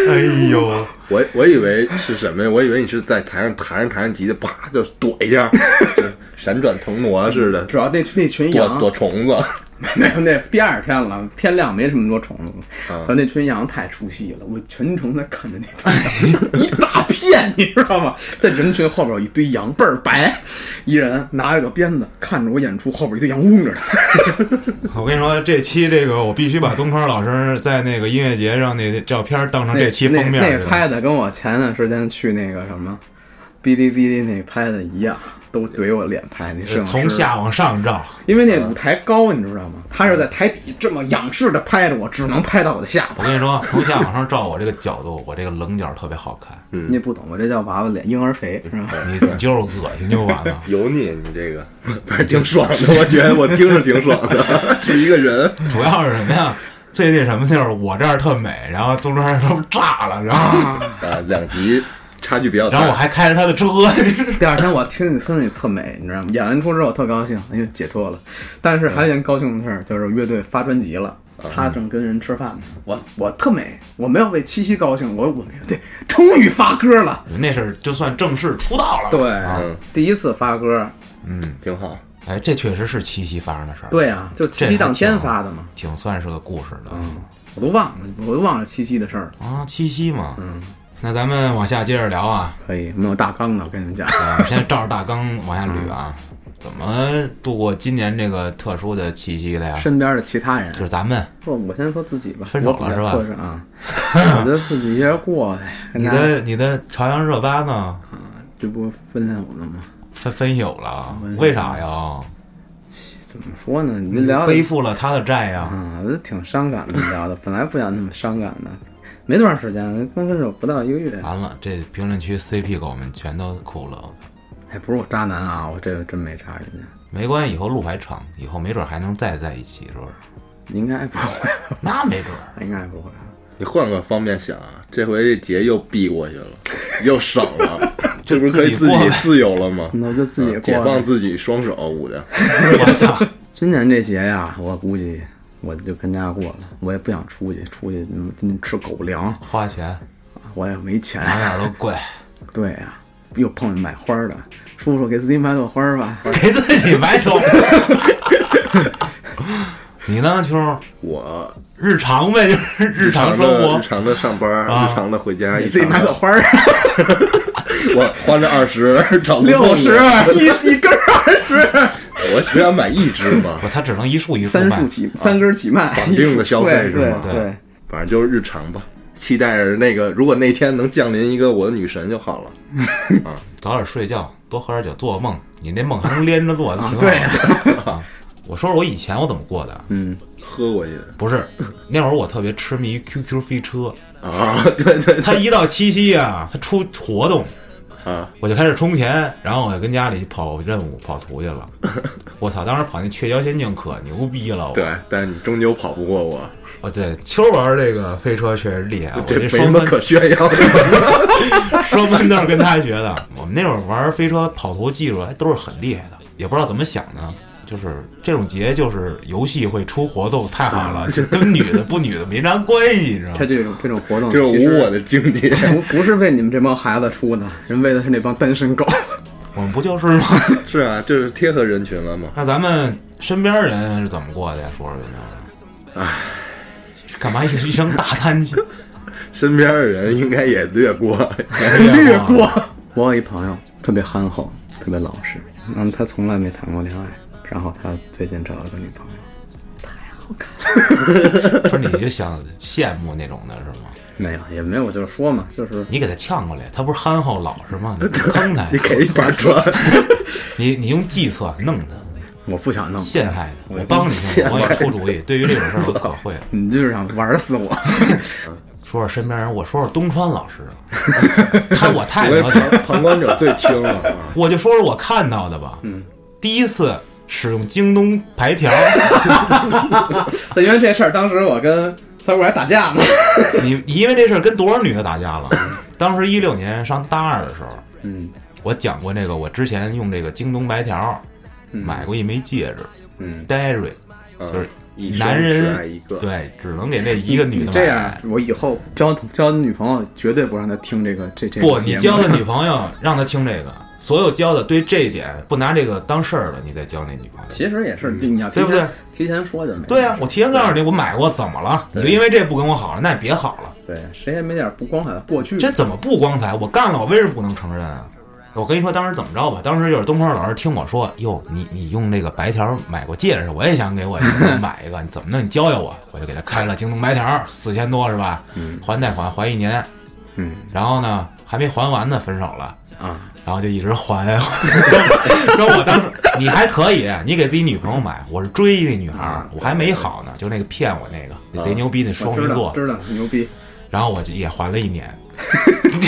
Speaker 1: 哎呦，
Speaker 3: 我我以为是什么呀？我以为你是在台上弹着弹着吉他，啪就躲一下，就闪转腾挪似的，
Speaker 2: 主要那那群
Speaker 3: 躲
Speaker 2: 羊
Speaker 3: 躲虫子。。
Speaker 2: (laughs) 没有，那第二天了，天亮没什么多虫子，
Speaker 1: 嗯
Speaker 2: 然后那群羊太出戏了，我全程在看着那群
Speaker 1: (laughs)
Speaker 2: 羊，一大片，你知道吗？在人群后边有一堆羊，倍儿白，一人拿着个鞭子看着我演出，后边一堆羊嗡着他。
Speaker 1: 我跟你说，这期这个我必须把东坑老师在那个音乐节上那照片当 (laughs) 成这期封面
Speaker 2: 那那
Speaker 1: 去
Speaker 2: 那拍的跟我前段时间去那个什么哔哩哔哩那拍的一样，都怼我脸拍，那摄影师
Speaker 1: 从下往上照，
Speaker 2: 因为那舞台高，你知道吗？他是在台底这么仰视的拍着我，只能拍到我的下
Speaker 1: 我
Speaker 2: 巴。
Speaker 1: 跟你说，从下往上照，我这个角度，我这个棱角特别好看。
Speaker 2: 你不懂，我这叫娃娃脸，婴儿肥是吧？
Speaker 1: 你你就是恶心就完了
Speaker 3: 油腻，你这个反正挺爽的，我觉得我听着挺爽的，是一个人。
Speaker 1: 主要是什么呀？最那什么就是我这儿特美，然后东川说炸了，然后
Speaker 3: 啊，两集差距比较大。
Speaker 1: 然后我还开着他的车， (laughs) 你知道吗
Speaker 2: 第二天我听你声音特美，你知道吗？演完出之后特高兴，哎呦解脱了。但是还有一件高兴的事儿，就是乐队发专辑了。他正跟人吃饭呢，我我特美，我没有为七夕高兴，我我乐队终于发歌了，
Speaker 1: 那是就算正式出道了。
Speaker 2: 对，
Speaker 1: 啊
Speaker 3: 嗯
Speaker 2: 第一次发歌，
Speaker 3: 挺好，
Speaker 1: 哎，这确实是七夕发生的事儿。
Speaker 2: 对啊，就七夕当天发的嘛，
Speaker 1: 挺算是个故事的。
Speaker 2: 我都忘了，我都忘了七夕的事儿了。
Speaker 1: 啊，七夕嘛，那咱们往下接着聊啊，呃
Speaker 2: 可以，嗯没有大纲的，我跟你们讲，
Speaker 1: 我们先照着大纲往下捋啊，怎么度过今年这个特殊的七夕的呀？
Speaker 2: 身边的其他人，啊
Speaker 1: 就是咱们
Speaker 2: 不，我先说自己吧，
Speaker 1: 分手了
Speaker 2: 我比较
Speaker 1: 是吧
Speaker 2: 克制啊，我觉得自己一人过呗。
Speaker 1: 你的你的朝阳热巴呢，
Speaker 2: 这不分享我了吗？
Speaker 1: 分分手了，为啥呀？
Speaker 2: 怎么说呢？你
Speaker 1: 你
Speaker 2: 聊的
Speaker 1: 背负了他的债呀？
Speaker 2: 啊，我觉得挺伤感的聊的，本来不想那么伤感的，没多长时间，刚分手不到一个月，
Speaker 1: 完了，这评论区 CP 狗们全都哭了。
Speaker 2: 哎，不是我渣男啊，我这个真没渣人家，
Speaker 1: 没关系，以后路还长，以后没准还能再在一起，是不是？
Speaker 2: 应该不会，啊
Speaker 1: 那没准儿，
Speaker 2: 应该不会。
Speaker 3: 你换个方面想啊，这回这节又避过去了，又省了，
Speaker 1: (laughs)
Speaker 3: 这不是可以自
Speaker 1: 自己过呗
Speaker 3: 己自由了吗？
Speaker 2: 那我就自己
Speaker 3: 嗯
Speaker 2: 过
Speaker 3: 解放
Speaker 2: 了。
Speaker 3: 自己双手舞的，
Speaker 1: 我操！
Speaker 2: 今年这节呀，我估计我就跟家过了，我也不想出去，出去嗯嗯吃狗粮，
Speaker 1: 花钱
Speaker 2: 我也没钱。
Speaker 1: 哪哪都贵，
Speaker 2: 对呀、又碰见买花儿的，叔叔给自己买朵花儿吧。
Speaker 1: (laughs) 给自己买种。
Speaker 3: (laughs)
Speaker 1: 你呢，秋？
Speaker 3: 我
Speaker 1: 日常呗，就是日常生
Speaker 3: 的
Speaker 1: 活
Speaker 3: 日。常的上班，
Speaker 1: 啊
Speaker 3: 日常的回家，
Speaker 2: 给自己买朵
Speaker 3: 走。 (laughs)
Speaker 2: 花儿，
Speaker 3: 我花了二
Speaker 1: (laughs)
Speaker 3: 十，找不
Speaker 2: 六
Speaker 3: 动
Speaker 2: 十
Speaker 3: 了
Speaker 2: (laughs) 一一根儿二十，
Speaker 3: 我只想买一只嘛
Speaker 1: 不，，他只能一束一束
Speaker 2: 三啊
Speaker 1: 卖
Speaker 2: 束。起三根儿起卖，
Speaker 3: 绑定的消费是吗
Speaker 2: 对
Speaker 1: 对
Speaker 2: 对
Speaker 3: 反正就是日常吧。期待着那个，如果那天能降临一个我的女神就好了。
Speaker 1: 早点睡觉，多喝点酒，做梦，你那梦还能连着做，挺好 (laughs)
Speaker 2: 啊对啊
Speaker 1: 的。我说说我以前我怎么过的啊，
Speaker 2: 嗯，
Speaker 3: 喝过去的
Speaker 1: 不是那会儿我特别痴迷于 QQ 飞车，
Speaker 3: 啊， (laughs) 对对
Speaker 1: 它一到七夕啊，它出活动，
Speaker 3: 啊，
Speaker 1: 我就开始充钱，然后我就跟家里跑任务、跑图去了。我操，当时跑那鹊桥仙境可牛逼了！我
Speaker 3: 对，但是你终究跑不过我，
Speaker 1: 哦，对，秋玩这个飞车确实厉害，我
Speaker 3: 这没什
Speaker 1: 双
Speaker 3: 么
Speaker 1: 班
Speaker 3: 可炫
Speaker 1: (laughs)
Speaker 3: 耀的。
Speaker 1: 双班都是跟他学的。我们那会儿玩飞车跑图技术，哎，都是很厉害的，也不知道怎么想的。就是这种节，就是游戏会出活动，太好了，就跟女的不女的没啥关系，你知道
Speaker 2: 他
Speaker 1: 吗？
Speaker 2: 这种这种活动
Speaker 3: 这
Speaker 2: 其
Speaker 3: 是
Speaker 2: 实
Speaker 3: 无我的境界。
Speaker 2: 不不是为你们这帮孩子出的，人为的是那帮单身狗。
Speaker 1: 我们不就是吗？
Speaker 3: 是啊，这是贴合人群了嘛？
Speaker 1: 那咱们身边人是怎么过的呀？说说有没有？唉，干嘛一一声大叹气？
Speaker 3: 身边的人应该也略过，，
Speaker 1: 略过。
Speaker 2: (laughs) 我有一朋友特别憨厚，特别老实，嗯，他从来没谈过恋爱，然后他最近找了个女朋友，
Speaker 1: 不是，你就想羡慕那种的是吗？
Speaker 2: 没有也没有，就是说嘛，就是
Speaker 1: 你给他呛过来，他不是憨厚老实吗？你坑他
Speaker 3: (laughs) 你给一板砖，
Speaker 1: 你你用计策弄他，
Speaker 2: 我不想弄，
Speaker 1: 陷害他。我帮你行吗，我也出主意。对于这种事儿，我可会了。
Speaker 2: 你就是想玩
Speaker 3: (laughs)
Speaker 2: 死我。
Speaker 1: 说说身边人，我说说东川老师，啊他我太
Speaker 3: (laughs) 我也
Speaker 1: 了解了，
Speaker 3: 旁旁观者最清了啊。
Speaker 1: 我就说说我看到的吧。嗯，第一次使用京东白条，
Speaker 2: (laughs) 对，因为这事儿，当时我跟他不是还打架吗？
Speaker 1: 你你因为这事儿跟多少女的打架
Speaker 3: (laughs)
Speaker 1: 了？当时一六年上大二的时候，
Speaker 2: 嗯
Speaker 1: 我讲过那个，我之前用这个京东白条买过一枚戒指
Speaker 2: 嗯，
Speaker 1: ，Derry，
Speaker 3: 嗯
Speaker 1: (laughs) 就是
Speaker 3: 一生
Speaker 1: 男人
Speaker 3: 只爱一个，嗯
Speaker 1: 对，只能给那 (laughs) 一个女的买。
Speaker 2: 这
Speaker 3: 啊
Speaker 2: 样，我以后交交女朋友绝对不让她听这个这这个
Speaker 1: 不，你
Speaker 2: 节目
Speaker 1: 交的女朋友让她听这个，所有交的对这一点不拿这个当事儿了，你再交那女朋友。
Speaker 2: (laughs) 其实也是，你要提
Speaker 1: 嗯对不对
Speaker 2: 前？提前说就没事。
Speaker 1: 对啊呀、我提前告诉你，我买过，怎么了？你就因为这不跟我好了，那也别好了。
Speaker 2: 对，谁也没点不光彩的过去。
Speaker 1: 这怎么不光彩？我干了，我为什么不能承认啊？我跟你说，当时怎么着吧？当时就是东坡老师听我说，哟，你你用那个白条买过戒指，我也想给我买一个，你怎么弄？你教教我，我就给他开了京东白条，四千多是吧？还贷款还一年，
Speaker 2: 嗯
Speaker 1: 然后呢还没还完呢，分手了。
Speaker 2: 啊，
Speaker 1: 然后就一直还， (laughs) 说我当时你还可以，啊你给自己女朋友买，我是追那女孩
Speaker 2: 嗯
Speaker 1: 儿，我还没好呢，就那个骗我那个，那
Speaker 2: 啊
Speaker 1: 贼牛逼那双
Speaker 2: 我
Speaker 1: 鱼
Speaker 2: 知
Speaker 1: 座
Speaker 2: 道，，知道牛
Speaker 1: (laughs)
Speaker 2: 逼。
Speaker 1: 然后我就也还了一年， (laughs)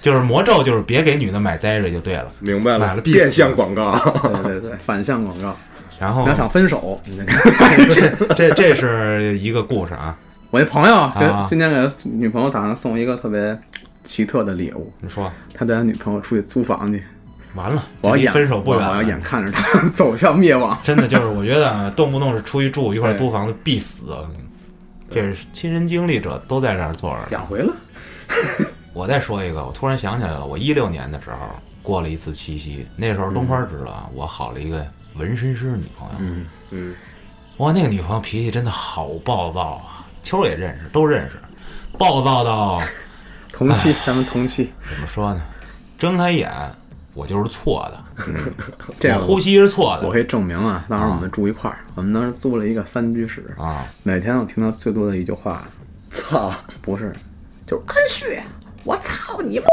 Speaker 1: 就是魔咒，就是别给女的买 Derry 就对了，
Speaker 3: 明白
Speaker 1: 买
Speaker 3: 了
Speaker 1: 了，必死
Speaker 3: 变相广告。 (laughs)
Speaker 2: 对对对，反向广告。
Speaker 1: 然后
Speaker 2: 你要想分手，你这个
Speaker 1: 这 (laughs) 这这是一个故事啊，
Speaker 2: 我一朋友给
Speaker 1: 啊
Speaker 2: 今天给他女朋友打算送一个特别奇特的礼物，
Speaker 1: 你说
Speaker 2: 他带他女朋友出去租房去，
Speaker 1: 完了，
Speaker 2: 我要
Speaker 1: 离
Speaker 2: 眼
Speaker 1: 分手不远
Speaker 2: 我要
Speaker 1: 了
Speaker 2: 眼。看着他 (laughs) 走向灭亡。
Speaker 1: 真的就是，我觉得啊，动不动是出去住一块儿
Speaker 2: 对
Speaker 1: 租房子必死，这是亲身经历者都在这儿坐着呢。
Speaker 2: 两回了，
Speaker 1: 我再说一个，我突然想起来了，我一六年的时候过了一次七夕，那时候东坡知道啊，我好了一个纹身师女朋友，
Speaker 3: 嗯，
Speaker 1: 哇，那个女朋友脾气真的好暴躁啊，秋儿也认识，都认识，暴躁到
Speaker 2: 同期，咱们同期，
Speaker 1: 怎么说呢？睁开眼，我就是错的，
Speaker 2: 这样
Speaker 1: 我呼吸是错
Speaker 2: 我
Speaker 1: 的
Speaker 2: 可以证明啊，当时我们住一块儿，我们当时租了一个三居室。
Speaker 1: 啊，
Speaker 2: 每天我听到最多的一句 (laughs) 话
Speaker 3: 操，
Speaker 2: 不是，就是安旭，我操你妈！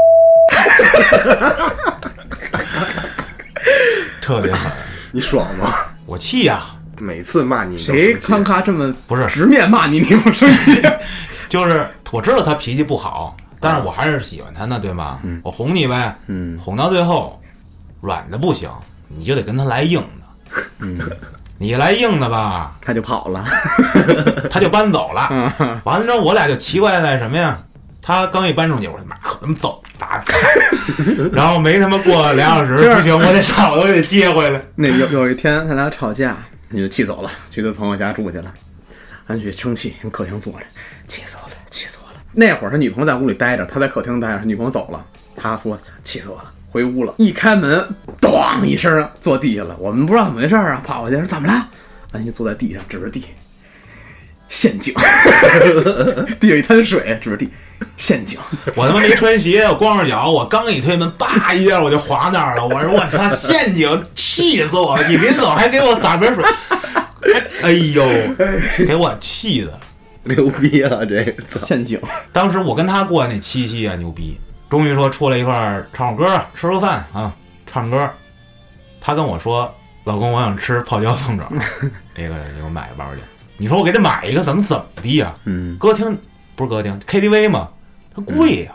Speaker 1: 特别狠，
Speaker 3: 你爽吗？
Speaker 1: 我气呀、
Speaker 3: 每次骂你都
Speaker 2: 谁
Speaker 3: 生气
Speaker 2: 康咔这么
Speaker 1: 不是
Speaker 2: 直面骂你，你不生气？
Speaker 1: 就是我知道他脾气不好，但是我还是喜欢他呢，对吗？我哄你呗，哄到最后，软的不行，你就得跟他来硬的。嗯 (laughs) 你一来硬的吧，
Speaker 2: (laughs) 他就跑了。
Speaker 1: 他就搬走了。 (laughs) 完了之后，我俩就奇怪在什么呀？他刚一搬出去，我说妈，可能走打开，然后没他 (laughs) 妈过俩小时，不行，我得上，我得接回来。
Speaker 2: 那有有一天他俩吵架，你就气走了，去他朋友家住去了。安旭生气，跟客厅坐着，气死我了，气死我了。那会儿他女朋友在屋里待着，他在客厅待着，他女朋友走了，他说气死我了，回屋了。一开门，咣一声坐地下了。我们不知道怎么回事儿啊，跑过去说怎么了？安旭坐在地上指着地，陷阱， (laughs) 地有一滩水，指着地，陷 (laughs) 阱。
Speaker 1: 我他妈没穿鞋，我光着脚，我刚一推门，叭一下我就滑那儿了。我说我操，陷阱，气死我了！你临走还给我洒盆水，哎呦，给我气的。
Speaker 3: 牛逼啊！这 (laughs) 个操，
Speaker 2: 陷阱，
Speaker 1: 当时我跟他过那七夕啊，牛逼！终于说出来一块儿唱会儿歌，吃个饭啊，唱歌。他跟我说老公，我想吃泡椒凤爪，那个人给我买一包去。你说我给他买一个，咱们怎么的呀？
Speaker 3: 嗯，
Speaker 1: 歌厅不是歌厅，KTV 嘛，它贵呀、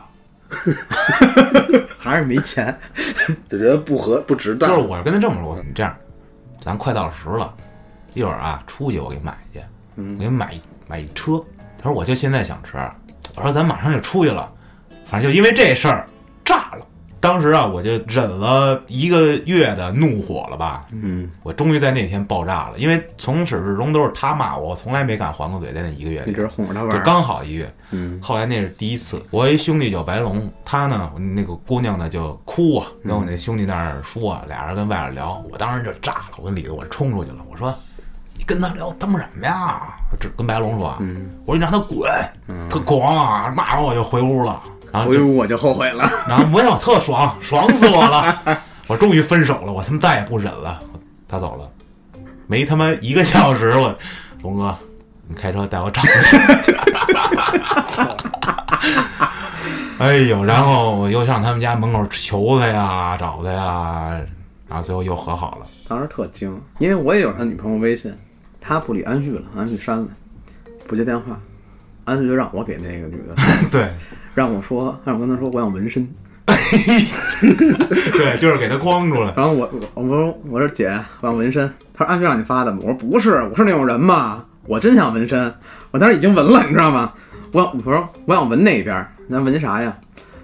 Speaker 2: 还是没钱。
Speaker 3: 这人不合不值当。
Speaker 1: 就是我跟他这么说，我说你这样，咱快到时了，一会儿啊出去我给买去，我给买一买一车。他说我就现在想吃，我说咱马上就出去了，反正就因为这事儿炸了。当时啊，我就忍了一个月的怒火了吧，
Speaker 3: 嗯，
Speaker 1: 我终于在那天爆炸了，因为从始至终都是他骂我，我从来没敢还过嘴，在那一个月
Speaker 2: 一
Speaker 1: 里，
Speaker 2: 直哄着他玩
Speaker 1: 就
Speaker 2: 儿，
Speaker 1: 刚好一月。
Speaker 3: 嗯，
Speaker 1: 后来那是第一次，我有一兄弟叫白龙，他呢，那个姑娘呢就哭啊，
Speaker 2: 嗯
Speaker 1: 跟我那兄弟那儿说啊，俩人跟外边聊，我当时就炸了，我跟里头我冲出去了，我说你跟他聊他妈什么呀？这跟白龙说啊，
Speaker 2: 嗯
Speaker 1: 我说你让他滚，特狂啊，骂完我就回屋了，然后
Speaker 2: 回
Speaker 1: 就
Speaker 2: 屋我就后悔了。
Speaker 1: 然后没有特爽， (laughs) 爽死我了，我终于分手了，我他妈再也不忍了，他走了，没他妈一个小时，我龙哥，你开车带我找他去。哎呦，然后我又上他们家门口求他呀，找他呀，然后最后又和好了。 (laughs)
Speaker 2: 当时特惊，因为我也有他女朋友微信，他不理安旭了，安旭删了，不接电话，安旭就让我给那个女的， (laughs)
Speaker 1: 对，
Speaker 2: 让我说，让我跟他说我想纹身，
Speaker 1: 对，就是给他框住了。
Speaker 2: 然后我我我说我说姐我想纹身，他说安旭啊让你发的吗？我说不是，我是那种人嘛，我真想纹身，我当时已经纹了，你知道吗？我我说我想纹那边，那纹啥呀？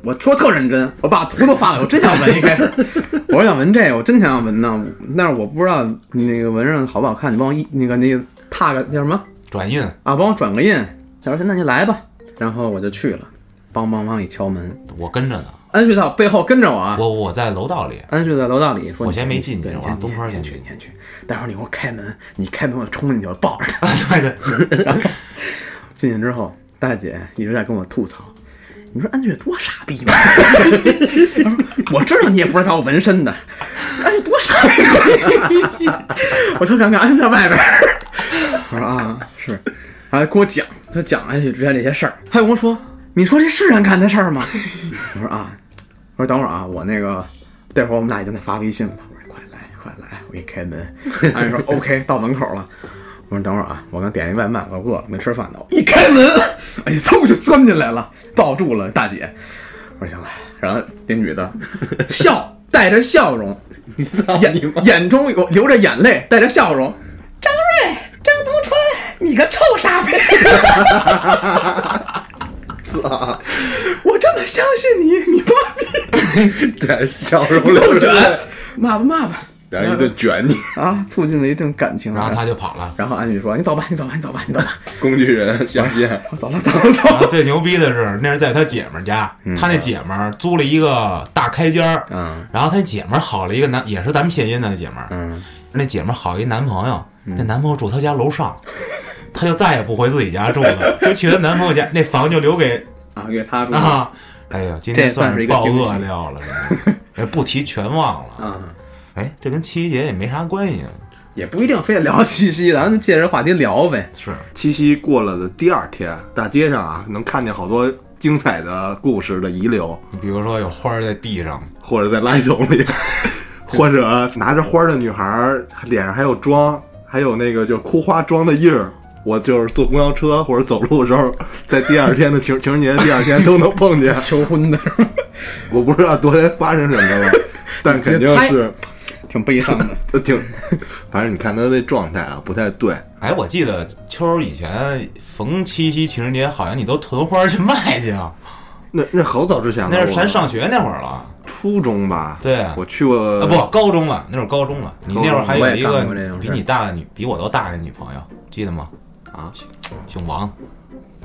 Speaker 2: 我说特认真，我把图都发了，我真想纹一开始，我说想纹这个， (laughs) 我真想要纹呢，但是我不知道那个纹上好不好看，你帮我一那个那个踏个叫什么？
Speaker 1: 转印，
Speaker 2: 啊，帮我转个印。他说那你来吧，然后我就去了，梆梆梆一敲门，
Speaker 1: 我跟着呢，
Speaker 2: 安旭在我背后跟着我啊。
Speaker 1: 我我在楼道里，
Speaker 2: 安旭在楼道里说：“
Speaker 1: 我先没进去
Speaker 2: 对你
Speaker 1: 我让东坡先
Speaker 2: 去，
Speaker 1: 进
Speaker 2: 你先去。待会儿你给我开门，你开门我冲进去，我抱着他。
Speaker 1: (laughs) 对对，
Speaker 2: (laughs) 进去之后，大姐一直在跟我吐槽，你说安旭多傻逼吧？ (laughs) 我知道你也不是搞纹身的， (laughs) 安旭多傻逼！ (laughs) 我特尴尬，安旭在外边儿。 (laughs) 我说啊，是，然后给我讲，他讲安旭之前这些事儿，他就跟我说，你说这是人干的事儿吗？我说啊，我说等会儿啊，我那个待会儿我们俩已经在发微信了，我说快来快来，我给你开门。安旭说 (laughs) OK，到门口了。我说等会儿啊，我刚点一外卖，我饿了，没吃饭呢。我一开门，哎，嗖就钻进来了，抱住了大姐。我说行了，然后那女 (laughs) 的笑，带着笑容，
Speaker 3: 你操
Speaker 2: 眼
Speaker 3: 你妈！
Speaker 2: 眼中有流着眼泪，带着笑容。张瑞，张东川，你个臭 (laughs) 傻逼！我这么相信你，你妈逼！
Speaker 3: 带笑容流
Speaker 2: 不
Speaker 3: 着
Speaker 2: 准
Speaker 3: 泪，
Speaker 2: (laughs) 骂吧骂吧
Speaker 3: 然后一顿卷你，
Speaker 2: 啊，促进了一阵感情。啊
Speaker 1: 然后他，就跑了。
Speaker 2: 然后安宇说：“你走吧，你走吧，你走吧，你走 (laughs) 吧。
Speaker 3: 工具人啊下线”。
Speaker 2: 啊我走了，走了，走
Speaker 1: 然后
Speaker 2: 了。
Speaker 1: 啊最牛逼的是，那是在他姐们儿家，他那姐们儿租了一个大开间儿，
Speaker 2: 嗯
Speaker 1: 然后他姐们儿好了一个男，也是咱们谢音的姐们儿，
Speaker 2: 嗯，
Speaker 1: 那姐们儿好一男朋友，那男朋友住她家楼上，她就再也不回自己家住了，就去她男朋友家，那房就留给
Speaker 2: 啊，约他住
Speaker 1: 啊，哎呀，今
Speaker 2: 这
Speaker 1: 天
Speaker 2: 算
Speaker 1: 算
Speaker 2: 是一个
Speaker 1: 爆
Speaker 2: 惊喜
Speaker 1: 恶料了，真的 (laughs) 哎，不提全忘了，
Speaker 2: 啊，
Speaker 1: 哎，这跟七夕节也没啥关系，
Speaker 2: 也不一定非得聊七夕，咱们借着话题聊呗。
Speaker 1: 是
Speaker 3: 七夕过了的第二天，大街上啊，能看见好多精彩的故事的遗留，
Speaker 1: 你比如说有花儿在地上，
Speaker 3: 或者在垃圾桶里，或者拿着花的女孩儿脸上还有妆，还有那个就哭花妆的印儿。我就是坐公交车或者走路的时候，在第二天的情情人节第二天都能碰见。 (laughs)
Speaker 2: 求婚的，
Speaker 3: 我不知道昨天发生什么了，但肯定是
Speaker 2: 挺悲伤的。
Speaker 3: 就挺， (laughs) 反正你看他那状态啊不太对。
Speaker 1: 哎，我记得秋儿以前逢七夕情人节，好像你都囤花儿去卖去啊。
Speaker 3: 那那好早之前了，
Speaker 1: 那是咱
Speaker 3: 我
Speaker 1: 上学那会儿了，
Speaker 3: 初中吧？
Speaker 1: 对啊
Speaker 3: 我去过
Speaker 1: 啊不，高中了，那会儿高中了。你那会儿还有一
Speaker 2: 我也
Speaker 1: 个
Speaker 2: 干过这种事
Speaker 1: 比你大的女，比我都大的女朋友，记得吗？
Speaker 3: 啊？
Speaker 1: 姓王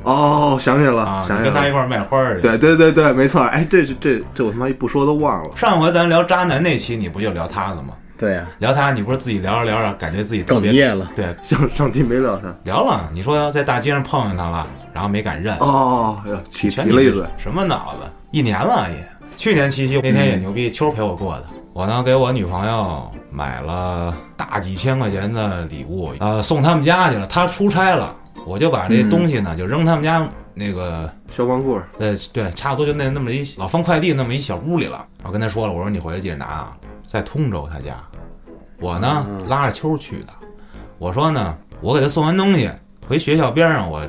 Speaker 3: 哦，想起来了，
Speaker 1: 啊，
Speaker 3: 想
Speaker 1: 你
Speaker 3: 起
Speaker 1: 跟他
Speaker 3: 来
Speaker 1: 一
Speaker 3: 了。
Speaker 1: 块儿卖花儿去。
Speaker 3: 对，对对对，没错。哎，这是这这我他妈一不说都忘了。 (laughs)
Speaker 1: 上回咱聊渣男那期，你不就聊他了吗？
Speaker 2: (laughs) 对啊呀，
Speaker 1: 聊他，你不是自己聊着聊着，感觉自己特别
Speaker 2: 哽咽了
Speaker 1: 对，
Speaker 3: 上上期没聊上。
Speaker 1: 聊了。你说在大街上碰见他了，然后没敢认，
Speaker 3: 哦，哎呦提提
Speaker 1: 全你
Speaker 3: 了一嘴。
Speaker 1: 什么脑子？一年了啊也。去年七夕那天也
Speaker 3: 嗯
Speaker 1: 牛逼，秋儿陪我过的。我呢给我女朋友买了大几千块钱的礼物，呃，送他们家去了。她出差了，我就把这
Speaker 3: 嗯
Speaker 1: 东西呢、就扔他们家那个
Speaker 3: 消防棍儿，
Speaker 1: 呃，对，差不多就那那么一老放快递那么一小屋里了。我跟她说了，我说你回去记着拿啊，在通州她家。我呢
Speaker 3: 嗯
Speaker 1: 拉着秋儿去的，我说呢，我给他送完东西，回学校边上我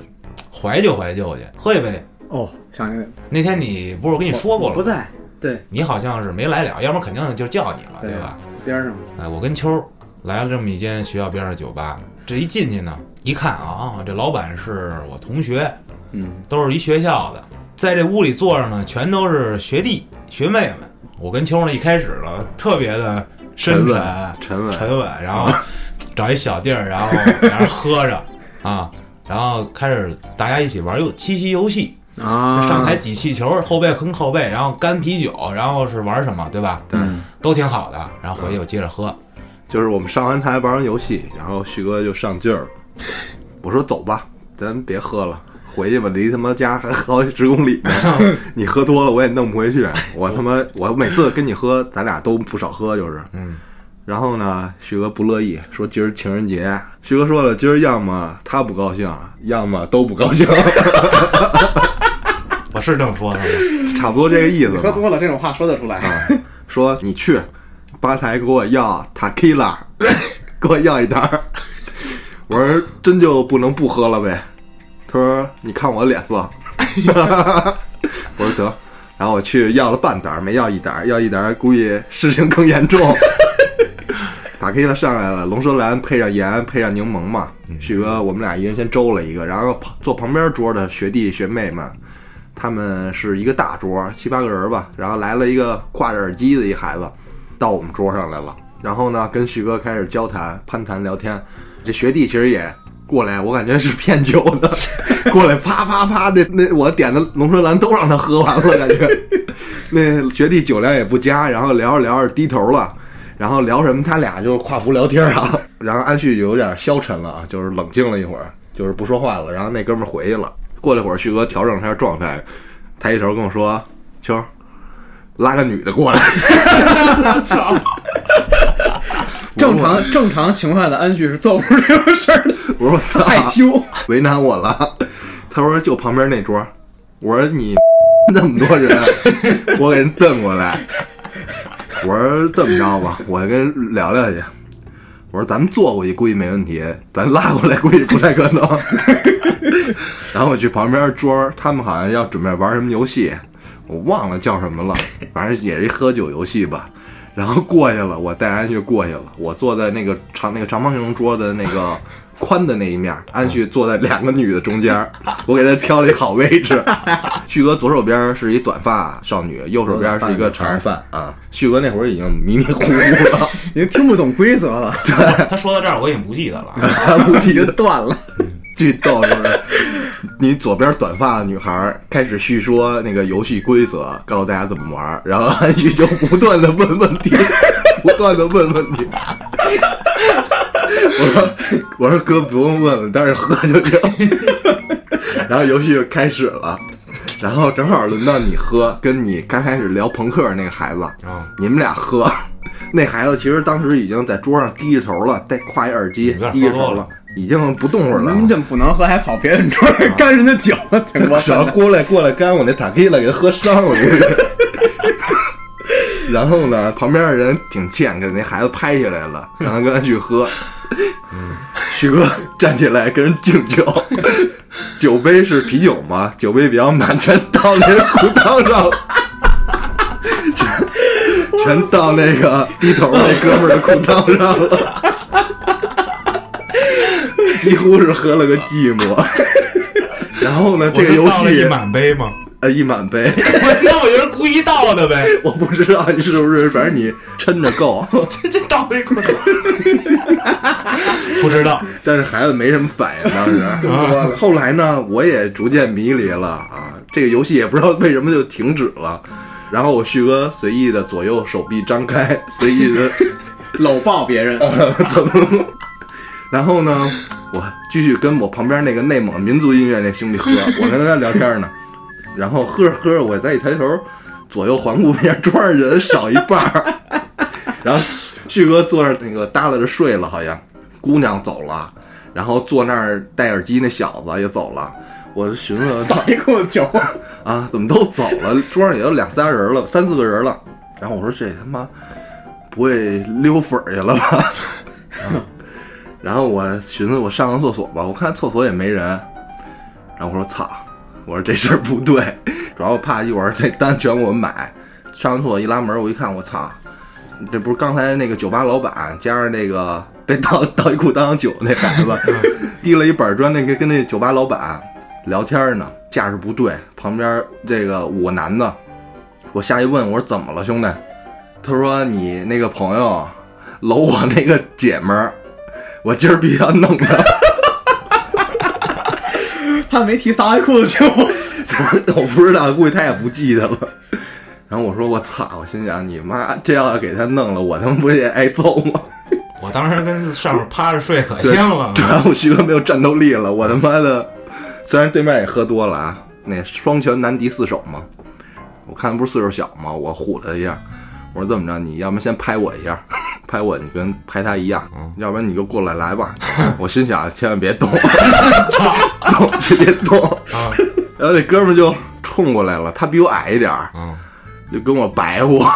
Speaker 1: 嘖怀旧怀旧去，喝一杯。
Speaker 2: 哦，想起来了，
Speaker 1: 那天你不是我跟你说过
Speaker 2: 我不
Speaker 1: 了吗，
Speaker 2: 在，对，
Speaker 1: 你好像是没来了，要不然肯定就叫你了，对
Speaker 2: 啊
Speaker 1: 吧？？
Speaker 2: 边上
Speaker 1: 哎，我跟秋儿来了这么一间学校边上的酒吧，这一进去呢，一看啊，这老板是我同学，
Speaker 2: 嗯，
Speaker 1: 都是一学校的，在这屋里坐着呢，全都是学弟学妹们。我跟秋儿呢一开始了，特别的深沉
Speaker 3: 沉稳沉稳
Speaker 1: 沉稳，然后找一小地儿，然后然后喝着啊，然后开始大家一起玩游七夕游戏，
Speaker 2: 啊，
Speaker 1: 上台挤气球，后背跟后背，然后干啤酒，然后是玩什么，对吧？
Speaker 3: 对，
Speaker 1: 都挺好的。然后回去又接着喝，
Speaker 3: 就是我们上完台玩完游戏，然后旭哥就上劲儿了。我说走吧，咱别喝了，回去吧，离他妈家还好几十公里呢。你喝多了我也弄不回去。我他妈，我每次跟你喝，咱俩都不少喝，就是。嗯。然后呢，旭哥不乐意，说今儿情人节。旭哥说了，今儿要么他不高兴，要么都不高兴，
Speaker 1: 我是这么说的吗。 (laughs)
Speaker 3: 差不多这个意思
Speaker 2: 喝
Speaker 3: 吧。
Speaker 2: 多了这种话说得出来，
Speaker 3: 啊说你去吧台给我要 tequila，给 (laughs) 我要一打。我说真就不能不喝了呗？他说你看我脸色。 (laughs) 我说得，然后我去要了半打，没要一打，要一打估计事情更严重。 (laughs) 打 K 了上来了，龙舌兰配上盐，配上柠檬嘛。旭哥，我们俩一人先周了一个，然后旁坐旁边桌的学弟学妹们，他们是一个大桌，七八个人吧，然后来了一个挂着耳机的一孩子，到我们桌上来了，然后呢，跟旭哥开始交谈、攀谈、聊天。这学弟其实也过来，我感觉是骗酒的，过来啪啪啪，那那我点的龙舌兰都让他喝完了，感觉 (laughs) 那学弟酒量也不佳，然后聊着聊着低头了。然后聊什么？他俩就是跨服聊天啊。 (laughs) 然后安旭就有点消沉了啊，就是冷静了一会儿，就是不说话了。然后那哥们儿回去了。过了一会儿，旭哥调整一下状态，抬起头跟我说：“秋儿，拉个女的过来。 (laughs)
Speaker 2: 正常正常情况下的安旭是做不出这种事儿的，”
Speaker 3: 我说：“我操，
Speaker 2: (laughs) 害羞。
Speaker 3: 为难我了。” (laughs) 他说：“就旁边那桌。”我说：“你 (laughs) 那么多人， (laughs) 我给人瞪过来。”我说：“这么着吧，我跟人聊聊去。”我说：“咱们坐过去估计没问题，咱拉过来估计不太可能。” (laughs) 然后我去旁边桌，他们好像要准备玩什么游戏，我忘了叫什么了，反正也是一喝酒游戏吧。然后过去了，我带安旭过去了，我坐在那个长那个长方形桌的那个宽的那一面，安旭坐在两个女的中间，我给他挑了一好位置。 (laughs) 旭哥左手边是一短发少女，右手边是一个长发啊。旭哥那会儿已经迷迷糊糊了，
Speaker 2: 已经听不懂规则 (laughs) 了，
Speaker 1: 他说到这儿，我已经不记得了。
Speaker 3: 他不记
Speaker 2: 就
Speaker 3: 得
Speaker 2: 断了。
Speaker 3: 巨逗，就是你左边短发的女孩开始叙说那个游戏规则，告诉大家怎么玩儿，然后安旭就不断的问问题，不断的问问题。我说我说哥不用问了，但是喝就行。然后游戏就开始了，然后正好轮到你喝，跟你刚开始聊朋克那个孩子，
Speaker 1: 啊，
Speaker 3: 你们俩喝。那孩子其实当时已经在桌上低着头了，戴挎一耳机
Speaker 1: 有点，
Speaker 3: 低着
Speaker 1: 喝多
Speaker 3: 头
Speaker 1: 了
Speaker 3: 了，已经不动会儿了。
Speaker 2: 嗯您这么不能喝，还跑别人桌儿干人家酒，挺过
Speaker 3: 主
Speaker 2: 分
Speaker 3: 要
Speaker 2: (laughs) 的。
Speaker 3: 过来过来干我那塔 Q 了，给他喝伤了。 (laughs) 然后呢，旁边的人挺欠，给那孩子拍下来了，然后跟他去喝。旭哥站起来跟人敬酒，酒杯是啤酒嘛，酒杯比较满，全倒那个裤裆上了，全全倒那个低头那哥们儿的裤裆上了，几乎是喝了个寂寞。然后呢，
Speaker 1: 我
Speaker 3: 这个
Speaker 1: 是
Speaker 3: 游
Speaker 1: 倒了一
Speaker 3: 戏
Speaker 1: 满杯
Speaker 3: (laughs)
Speaker 1: 吗？
Speaker 3: 呃一满杯，
Speaker 1: 我那我就是故意倒的呗，
Speaker 3: 我不知道你是不是，反正你抻着够。
Speaker 1: 这 (laughs) 这倒杯裤子， (laughs) 不知道。
Speaker 3: 但是孩子没什么反应，当时。
Speaker 1: 啊
Speaker 3: 后来呢，我也逐渐迷离了啊，这个游戏也不知道为什么就停止了。然后我旭哥随意的左右手臂张开，随意的，
Speaker 2: 搂抱别人，
Speaker 3: 然后呢，我继续跟我旁边那个内蒙民族音乐那兄弟喝，我跟他聊天呢。 (laughs) 然后喝着喝着，我再一抬头，左右环顾一下，桌上人少一半儿。 (laughs) 然后旭哥坐那儿那个耷拉着睡了，好像姑娘走了，然后坐那儿戴耳机那小子也走了。我就寻思，操
Speaker 2: 扫一裤子酒，
Speaker 3: 啊，怎么都走了？桌上也就两仨人了，三四个人了。然后我说这他妈不不会溜粉儿去了吧？ (laughs) 然后我寻思我上个厕所吧，我看厕所也没人，然后我说操，我说这事儿不对， (laughs) 主要我怕一会儿这单全给我买。上完厕所一拉门，我一看，我操，这不是刚才那个酒吧老板加上那个被倒倒一裤裆酒那孩子，递了一板砖，那个跟那酒吧老板聊天呢，架势不对，旁边这个五个男的，我下一问，我说怎么了，兄弟？他说你那个朋友搂我那个姐们儿，我今儿必须要弄他。
Speaker 2: 他没提撒开裤子就，
Speaker 3: 我不知道，估计他也不记得了。 (laughs) 然后我说我操，我心想你妈，这要给他弄了，我他妈不也挨揍吗？
Speaker 1: 我当时跟上面趴着睡可香
Speaker 3: (laughs)
Speaker 1: 了
Speaker 3: 主，啊要我徐哥没有战斗力了，我他妈的，虽然对面也喝多了啊，那双拳难敌四手嘛。我看他不是岁数小嘛，我唬了他一下，我说这么着，你要么先拍我一下， (laughs) 拍我你跟拍他一样，要不然你就过来来吧。我心想千万别动， (laughs) 动直接动。
Speaker 1: 啊
Speaker 3: 然后那哥们儿就冲过来了，他比我矮一点儿，
Speaker 1: 嗯，
Speaker 3: 就跟我白我，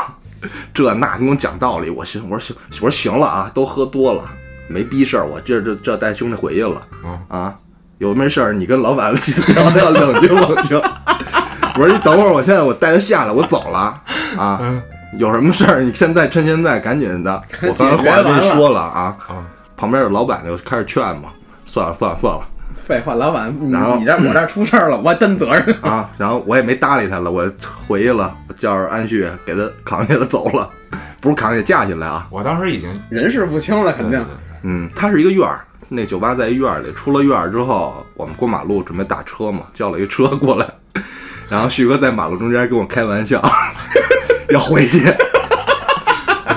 Speaker 3: 这那跟我讲道理，我行，我说行，我说行了啊，都喝多了，没逼事儿，我这这这带兄弟回去了，
Speaker 1: 嗯
Speaker 3: 啊，有没事儿你跟老板聊聊冷静冷静。我说你等会儿，我现在我带他下来，我走了啊，有什么事儿你现在趁现在赶紧的，我刚才
Speaker 2: 解决
Speaker 3: 话跟
Speaker 2: 完
Speaker 3: 你
Speaker 2: 了
Speaker 3: 说了啊，旁边有老板就开始劝嘛，算了算了算了。
Speaker 2: (laughs) 废话，老板，你
Speaker 3: 然后
Speaker 2: 你这我这儿出事儿了，我还担责任。
Speaker 3: 啊，然后我也没搭理他了，我回去了，我叫着安旭给他扛起来走了，不是扛起来架起来啊，
Speaker 1: 我当时已经
Speaker 2: (laughs) 人事不清了，肯定。
Speaker 3: 嗯，它是一个院儿，那酒吧在一院儿里，出了院儿之后，我们过马路准备打车嘛，叫了一车过来， (laughs) 然后旭哥在马路中间跟我开玩笑， (laughs) 要回去，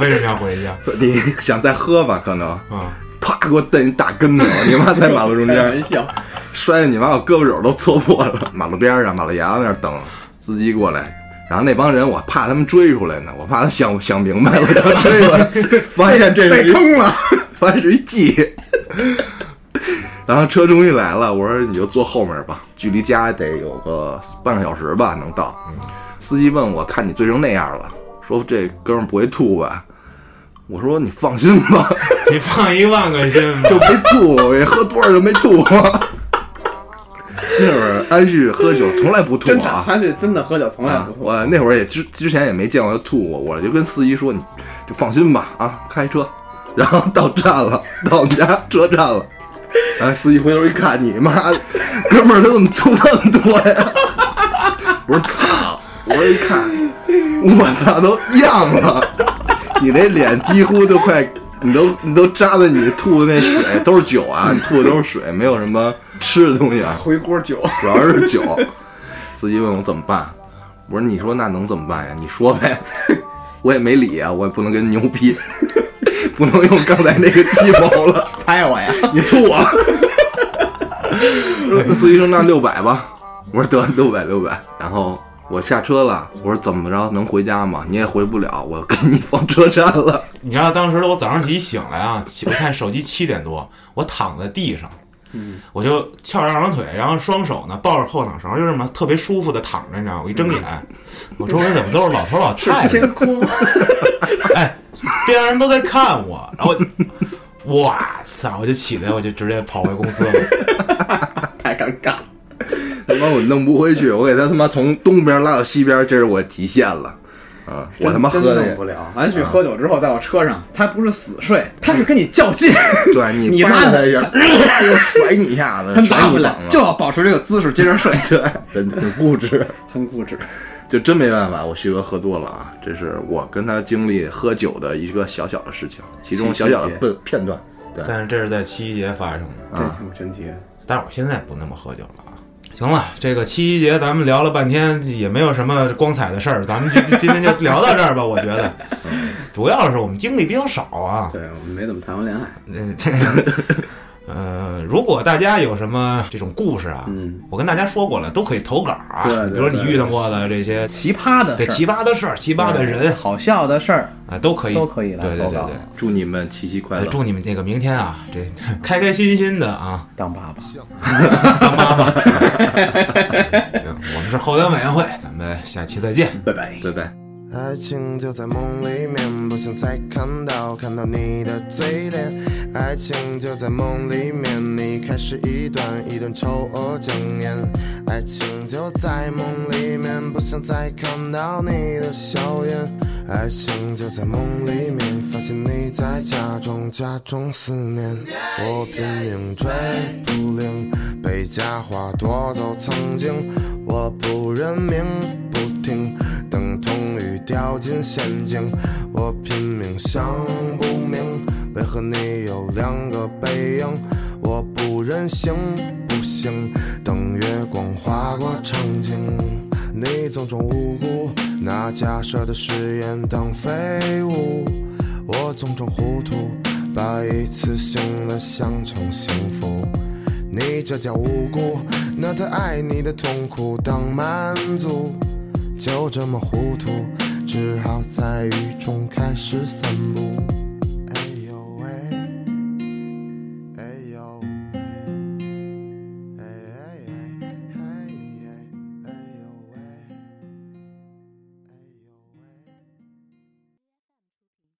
Speaker 1: 为什么要回去啊？
Speaker 3: 说你想再喝吧，可能，
Speaker 1: 啊
Speaker 3: 啪给我蹬一大跟头，你妈在马路中
Speaker 2: 开
Speaker 3: 间
Speaker 2: 玩笑，
Speaker 3: 摔的你妈我胳膊肘都搓破了，马路边儿上马路牙子那儿等司机过来。然后那帮人，我怕他们追出来呢，我怕他想想明白了，要追出来，发现这是
Speaker 2: 被
Speaker 3: 一
Speaker 2: 坑了。
Speaker 3: 发现是一记。然后车终于来了，我说你就坐后面吧，距离家得有个半个小时吧，能到。
Speaker 2: 嗯
Speaker 3: 司机问我看你醉成那样了，说这哥们儿不会吐吧？我说你放心吧，
Speaker 1: 你放一万个心吧，
Speaker 3: (laughs) 就没吐，也喝多少就没吐。 (laughs) 那会儿安旭喝酒从来不吐
Speaker 2: 真的，
Speaker 3: 啊，
Speaker 2: 他是真的喝酒从来不错。
Speaker 3: 我那会儿也之之前也没见过他吐过，我就跟司机说：“你就放心吧，啊，开车。”然后到站了，到我们家车站了，哎，司机回头一看，你妈的，哥们儿，他怎么吐那么多呀？ (laughs) 我说操！我说一看，我操，都样了，你那脸几乎都快，你都你都扎的你吐的那水都是酒啊，你吐的都是水，没有什么吃的东西啊。
Speaker 2: 回锅酒，
Speaker 3: 主要是酒。 (laughs) 司机问我怎么办，我说你说那能怎么办呀？你说呗， (laughs) 我也没理啊，我也不能跟你牛逼， (laughs) 不能用刚才那个鸡毛
Speaker 2: (laughs)
Speaker 3: 了，
Speaker 2: 拍我呀！
Speaker 3: 你吐我。
Speaker 2: 啊
Speaker 3: (laughs) 说司机说那六百吧，我说得六百六百，然后。我下车了，我说怎么着能回家吗？你也回不了，我给你放车站了。 (laughs)
Speaker 1: 你知道当时我早上起一醒来啊，起我看手机七点多，我躺在地上，我就翘着二郎腿，然后双手呢抱着后脑勺，就这么特别舒服的躺着，你知道吗？我一睁眼，我周围怎么都是老头老太太？
Speaker 2: 天空，
Speaker 1: 哎，边上人都在看我，然后我，哇塞，我就起来，我就直接跑回公司了。
Speaker 2: (laughs) 太尴尬。
Speaker 3: 他妈我弄不回去，我给他他妈从东边拉到西边，这是我极限了。啊，我他妈喝
Speaker 2: 真
Speaker 3: 的
Speaker 2: 弄不了。嗯安旭喝酒之后，在我车上，他不是死睡，他是跟你较 (laughs) 劲。
Speaker 3: (laughs) 对你，
Speaker 2: 你
Speaker 3: 拉
Speaker 2: 拉
Speaker 3: 他
Speaker 2: 他
Speaker 3: 一
Speaker 2: 一
Speaker 3: 下
Speaker 2: 下，
Speaker 3: 又甩你一下子，
Speaker 2: 他
Speaker 3: 甩
Speaker 2: 拿
Speaker 3: 你膀
Speaker 2: 回来
Speaker 3: 子，
Speaker 2: 就要保持这个姿势接着睡， (laughs)
Speaker 3: 对，很很固执，
Speaker 2: 很固执。
Speaker 3: 就真没办法。我旭哥喝多了啊，这是我跟他经历喝酒的一个小小的事情，其中小小的片片段。对，
Speaker 1: 但是这是在七夕节发生的，
Speaker 2: 这挺神奇的。
Speaker 1: 但是我现在不那么喝酒了啊。行了，这个七夕节咱们聊了半天，也没有什么光彩的事儿，咱们今 (laughs) 今天就聊到这儿吧。我觉得，
Speaker 2: 嗯
Speaker 1: 主要是我们经历比较少啊。 (laughs)
Speaker 2: 对，我们没怎么谈过恋爱。
Speaker 1: 嗯，这个呃，如果大家有什么这种故事啊，
Speaker 2: 嗯
Speaker 1: 我跟大家说过了，都可以投稿啊。
Speaker 2: 对对
Speaker 1: 比如你
Speaker 2: 对
Speaker 1: 遇到过的这些
Speaker 2: 奇葩的事
Speaker 1: 对
Speaker 2: 儿，
Speaker 1: 奇葩的事儿、奇葩的人
Speaker 2: 好笑的事儿，
Speaker 1: 啊，都可以，
Speaker 2: 都可以来
Speaker 1: 对对
Speaker 2: 投
Speaker 1: 对
Speaker 2: 稿
Speaker 1: 对。
Speaker 3: 祝你们七夕快
Speaker 1: 呃
Speaker 3: 乐！
Speaker 1: 祝你们这个明天啊，这 (laughs) 开开心心的啊，
Speaker 2: 当爸爸。
Speaker 1: 当妈 (laughs) 妈。行，我们是后端委员会，咱们下期再见。
Speaker 2: 拜拜。
Speaker 3: 拜拜。
Speaker 4: 爱情就在梦里面，不想再看到看到你的嘴脸。爱情就在梦里面，你开始一段一段抽我整眼。爱情就在梦里面，不想再看到你的笑颜。爱情就在梦里面，发现你在假装假装思念，我拼命追不灵，被假话夺走曾经，我不认命不听，等同于掉进陷阱，我拼命想不明，为何你有两个背影，我不忍行不行，等月光划过场景。你种种无辜，拿假设的誓言当废物。我种种糊涂，把一次性的想成幸福。你这叫无辜，拿他爱你的痛苦当满足。就这么糊涂，只好在雨中开始散步。哎哎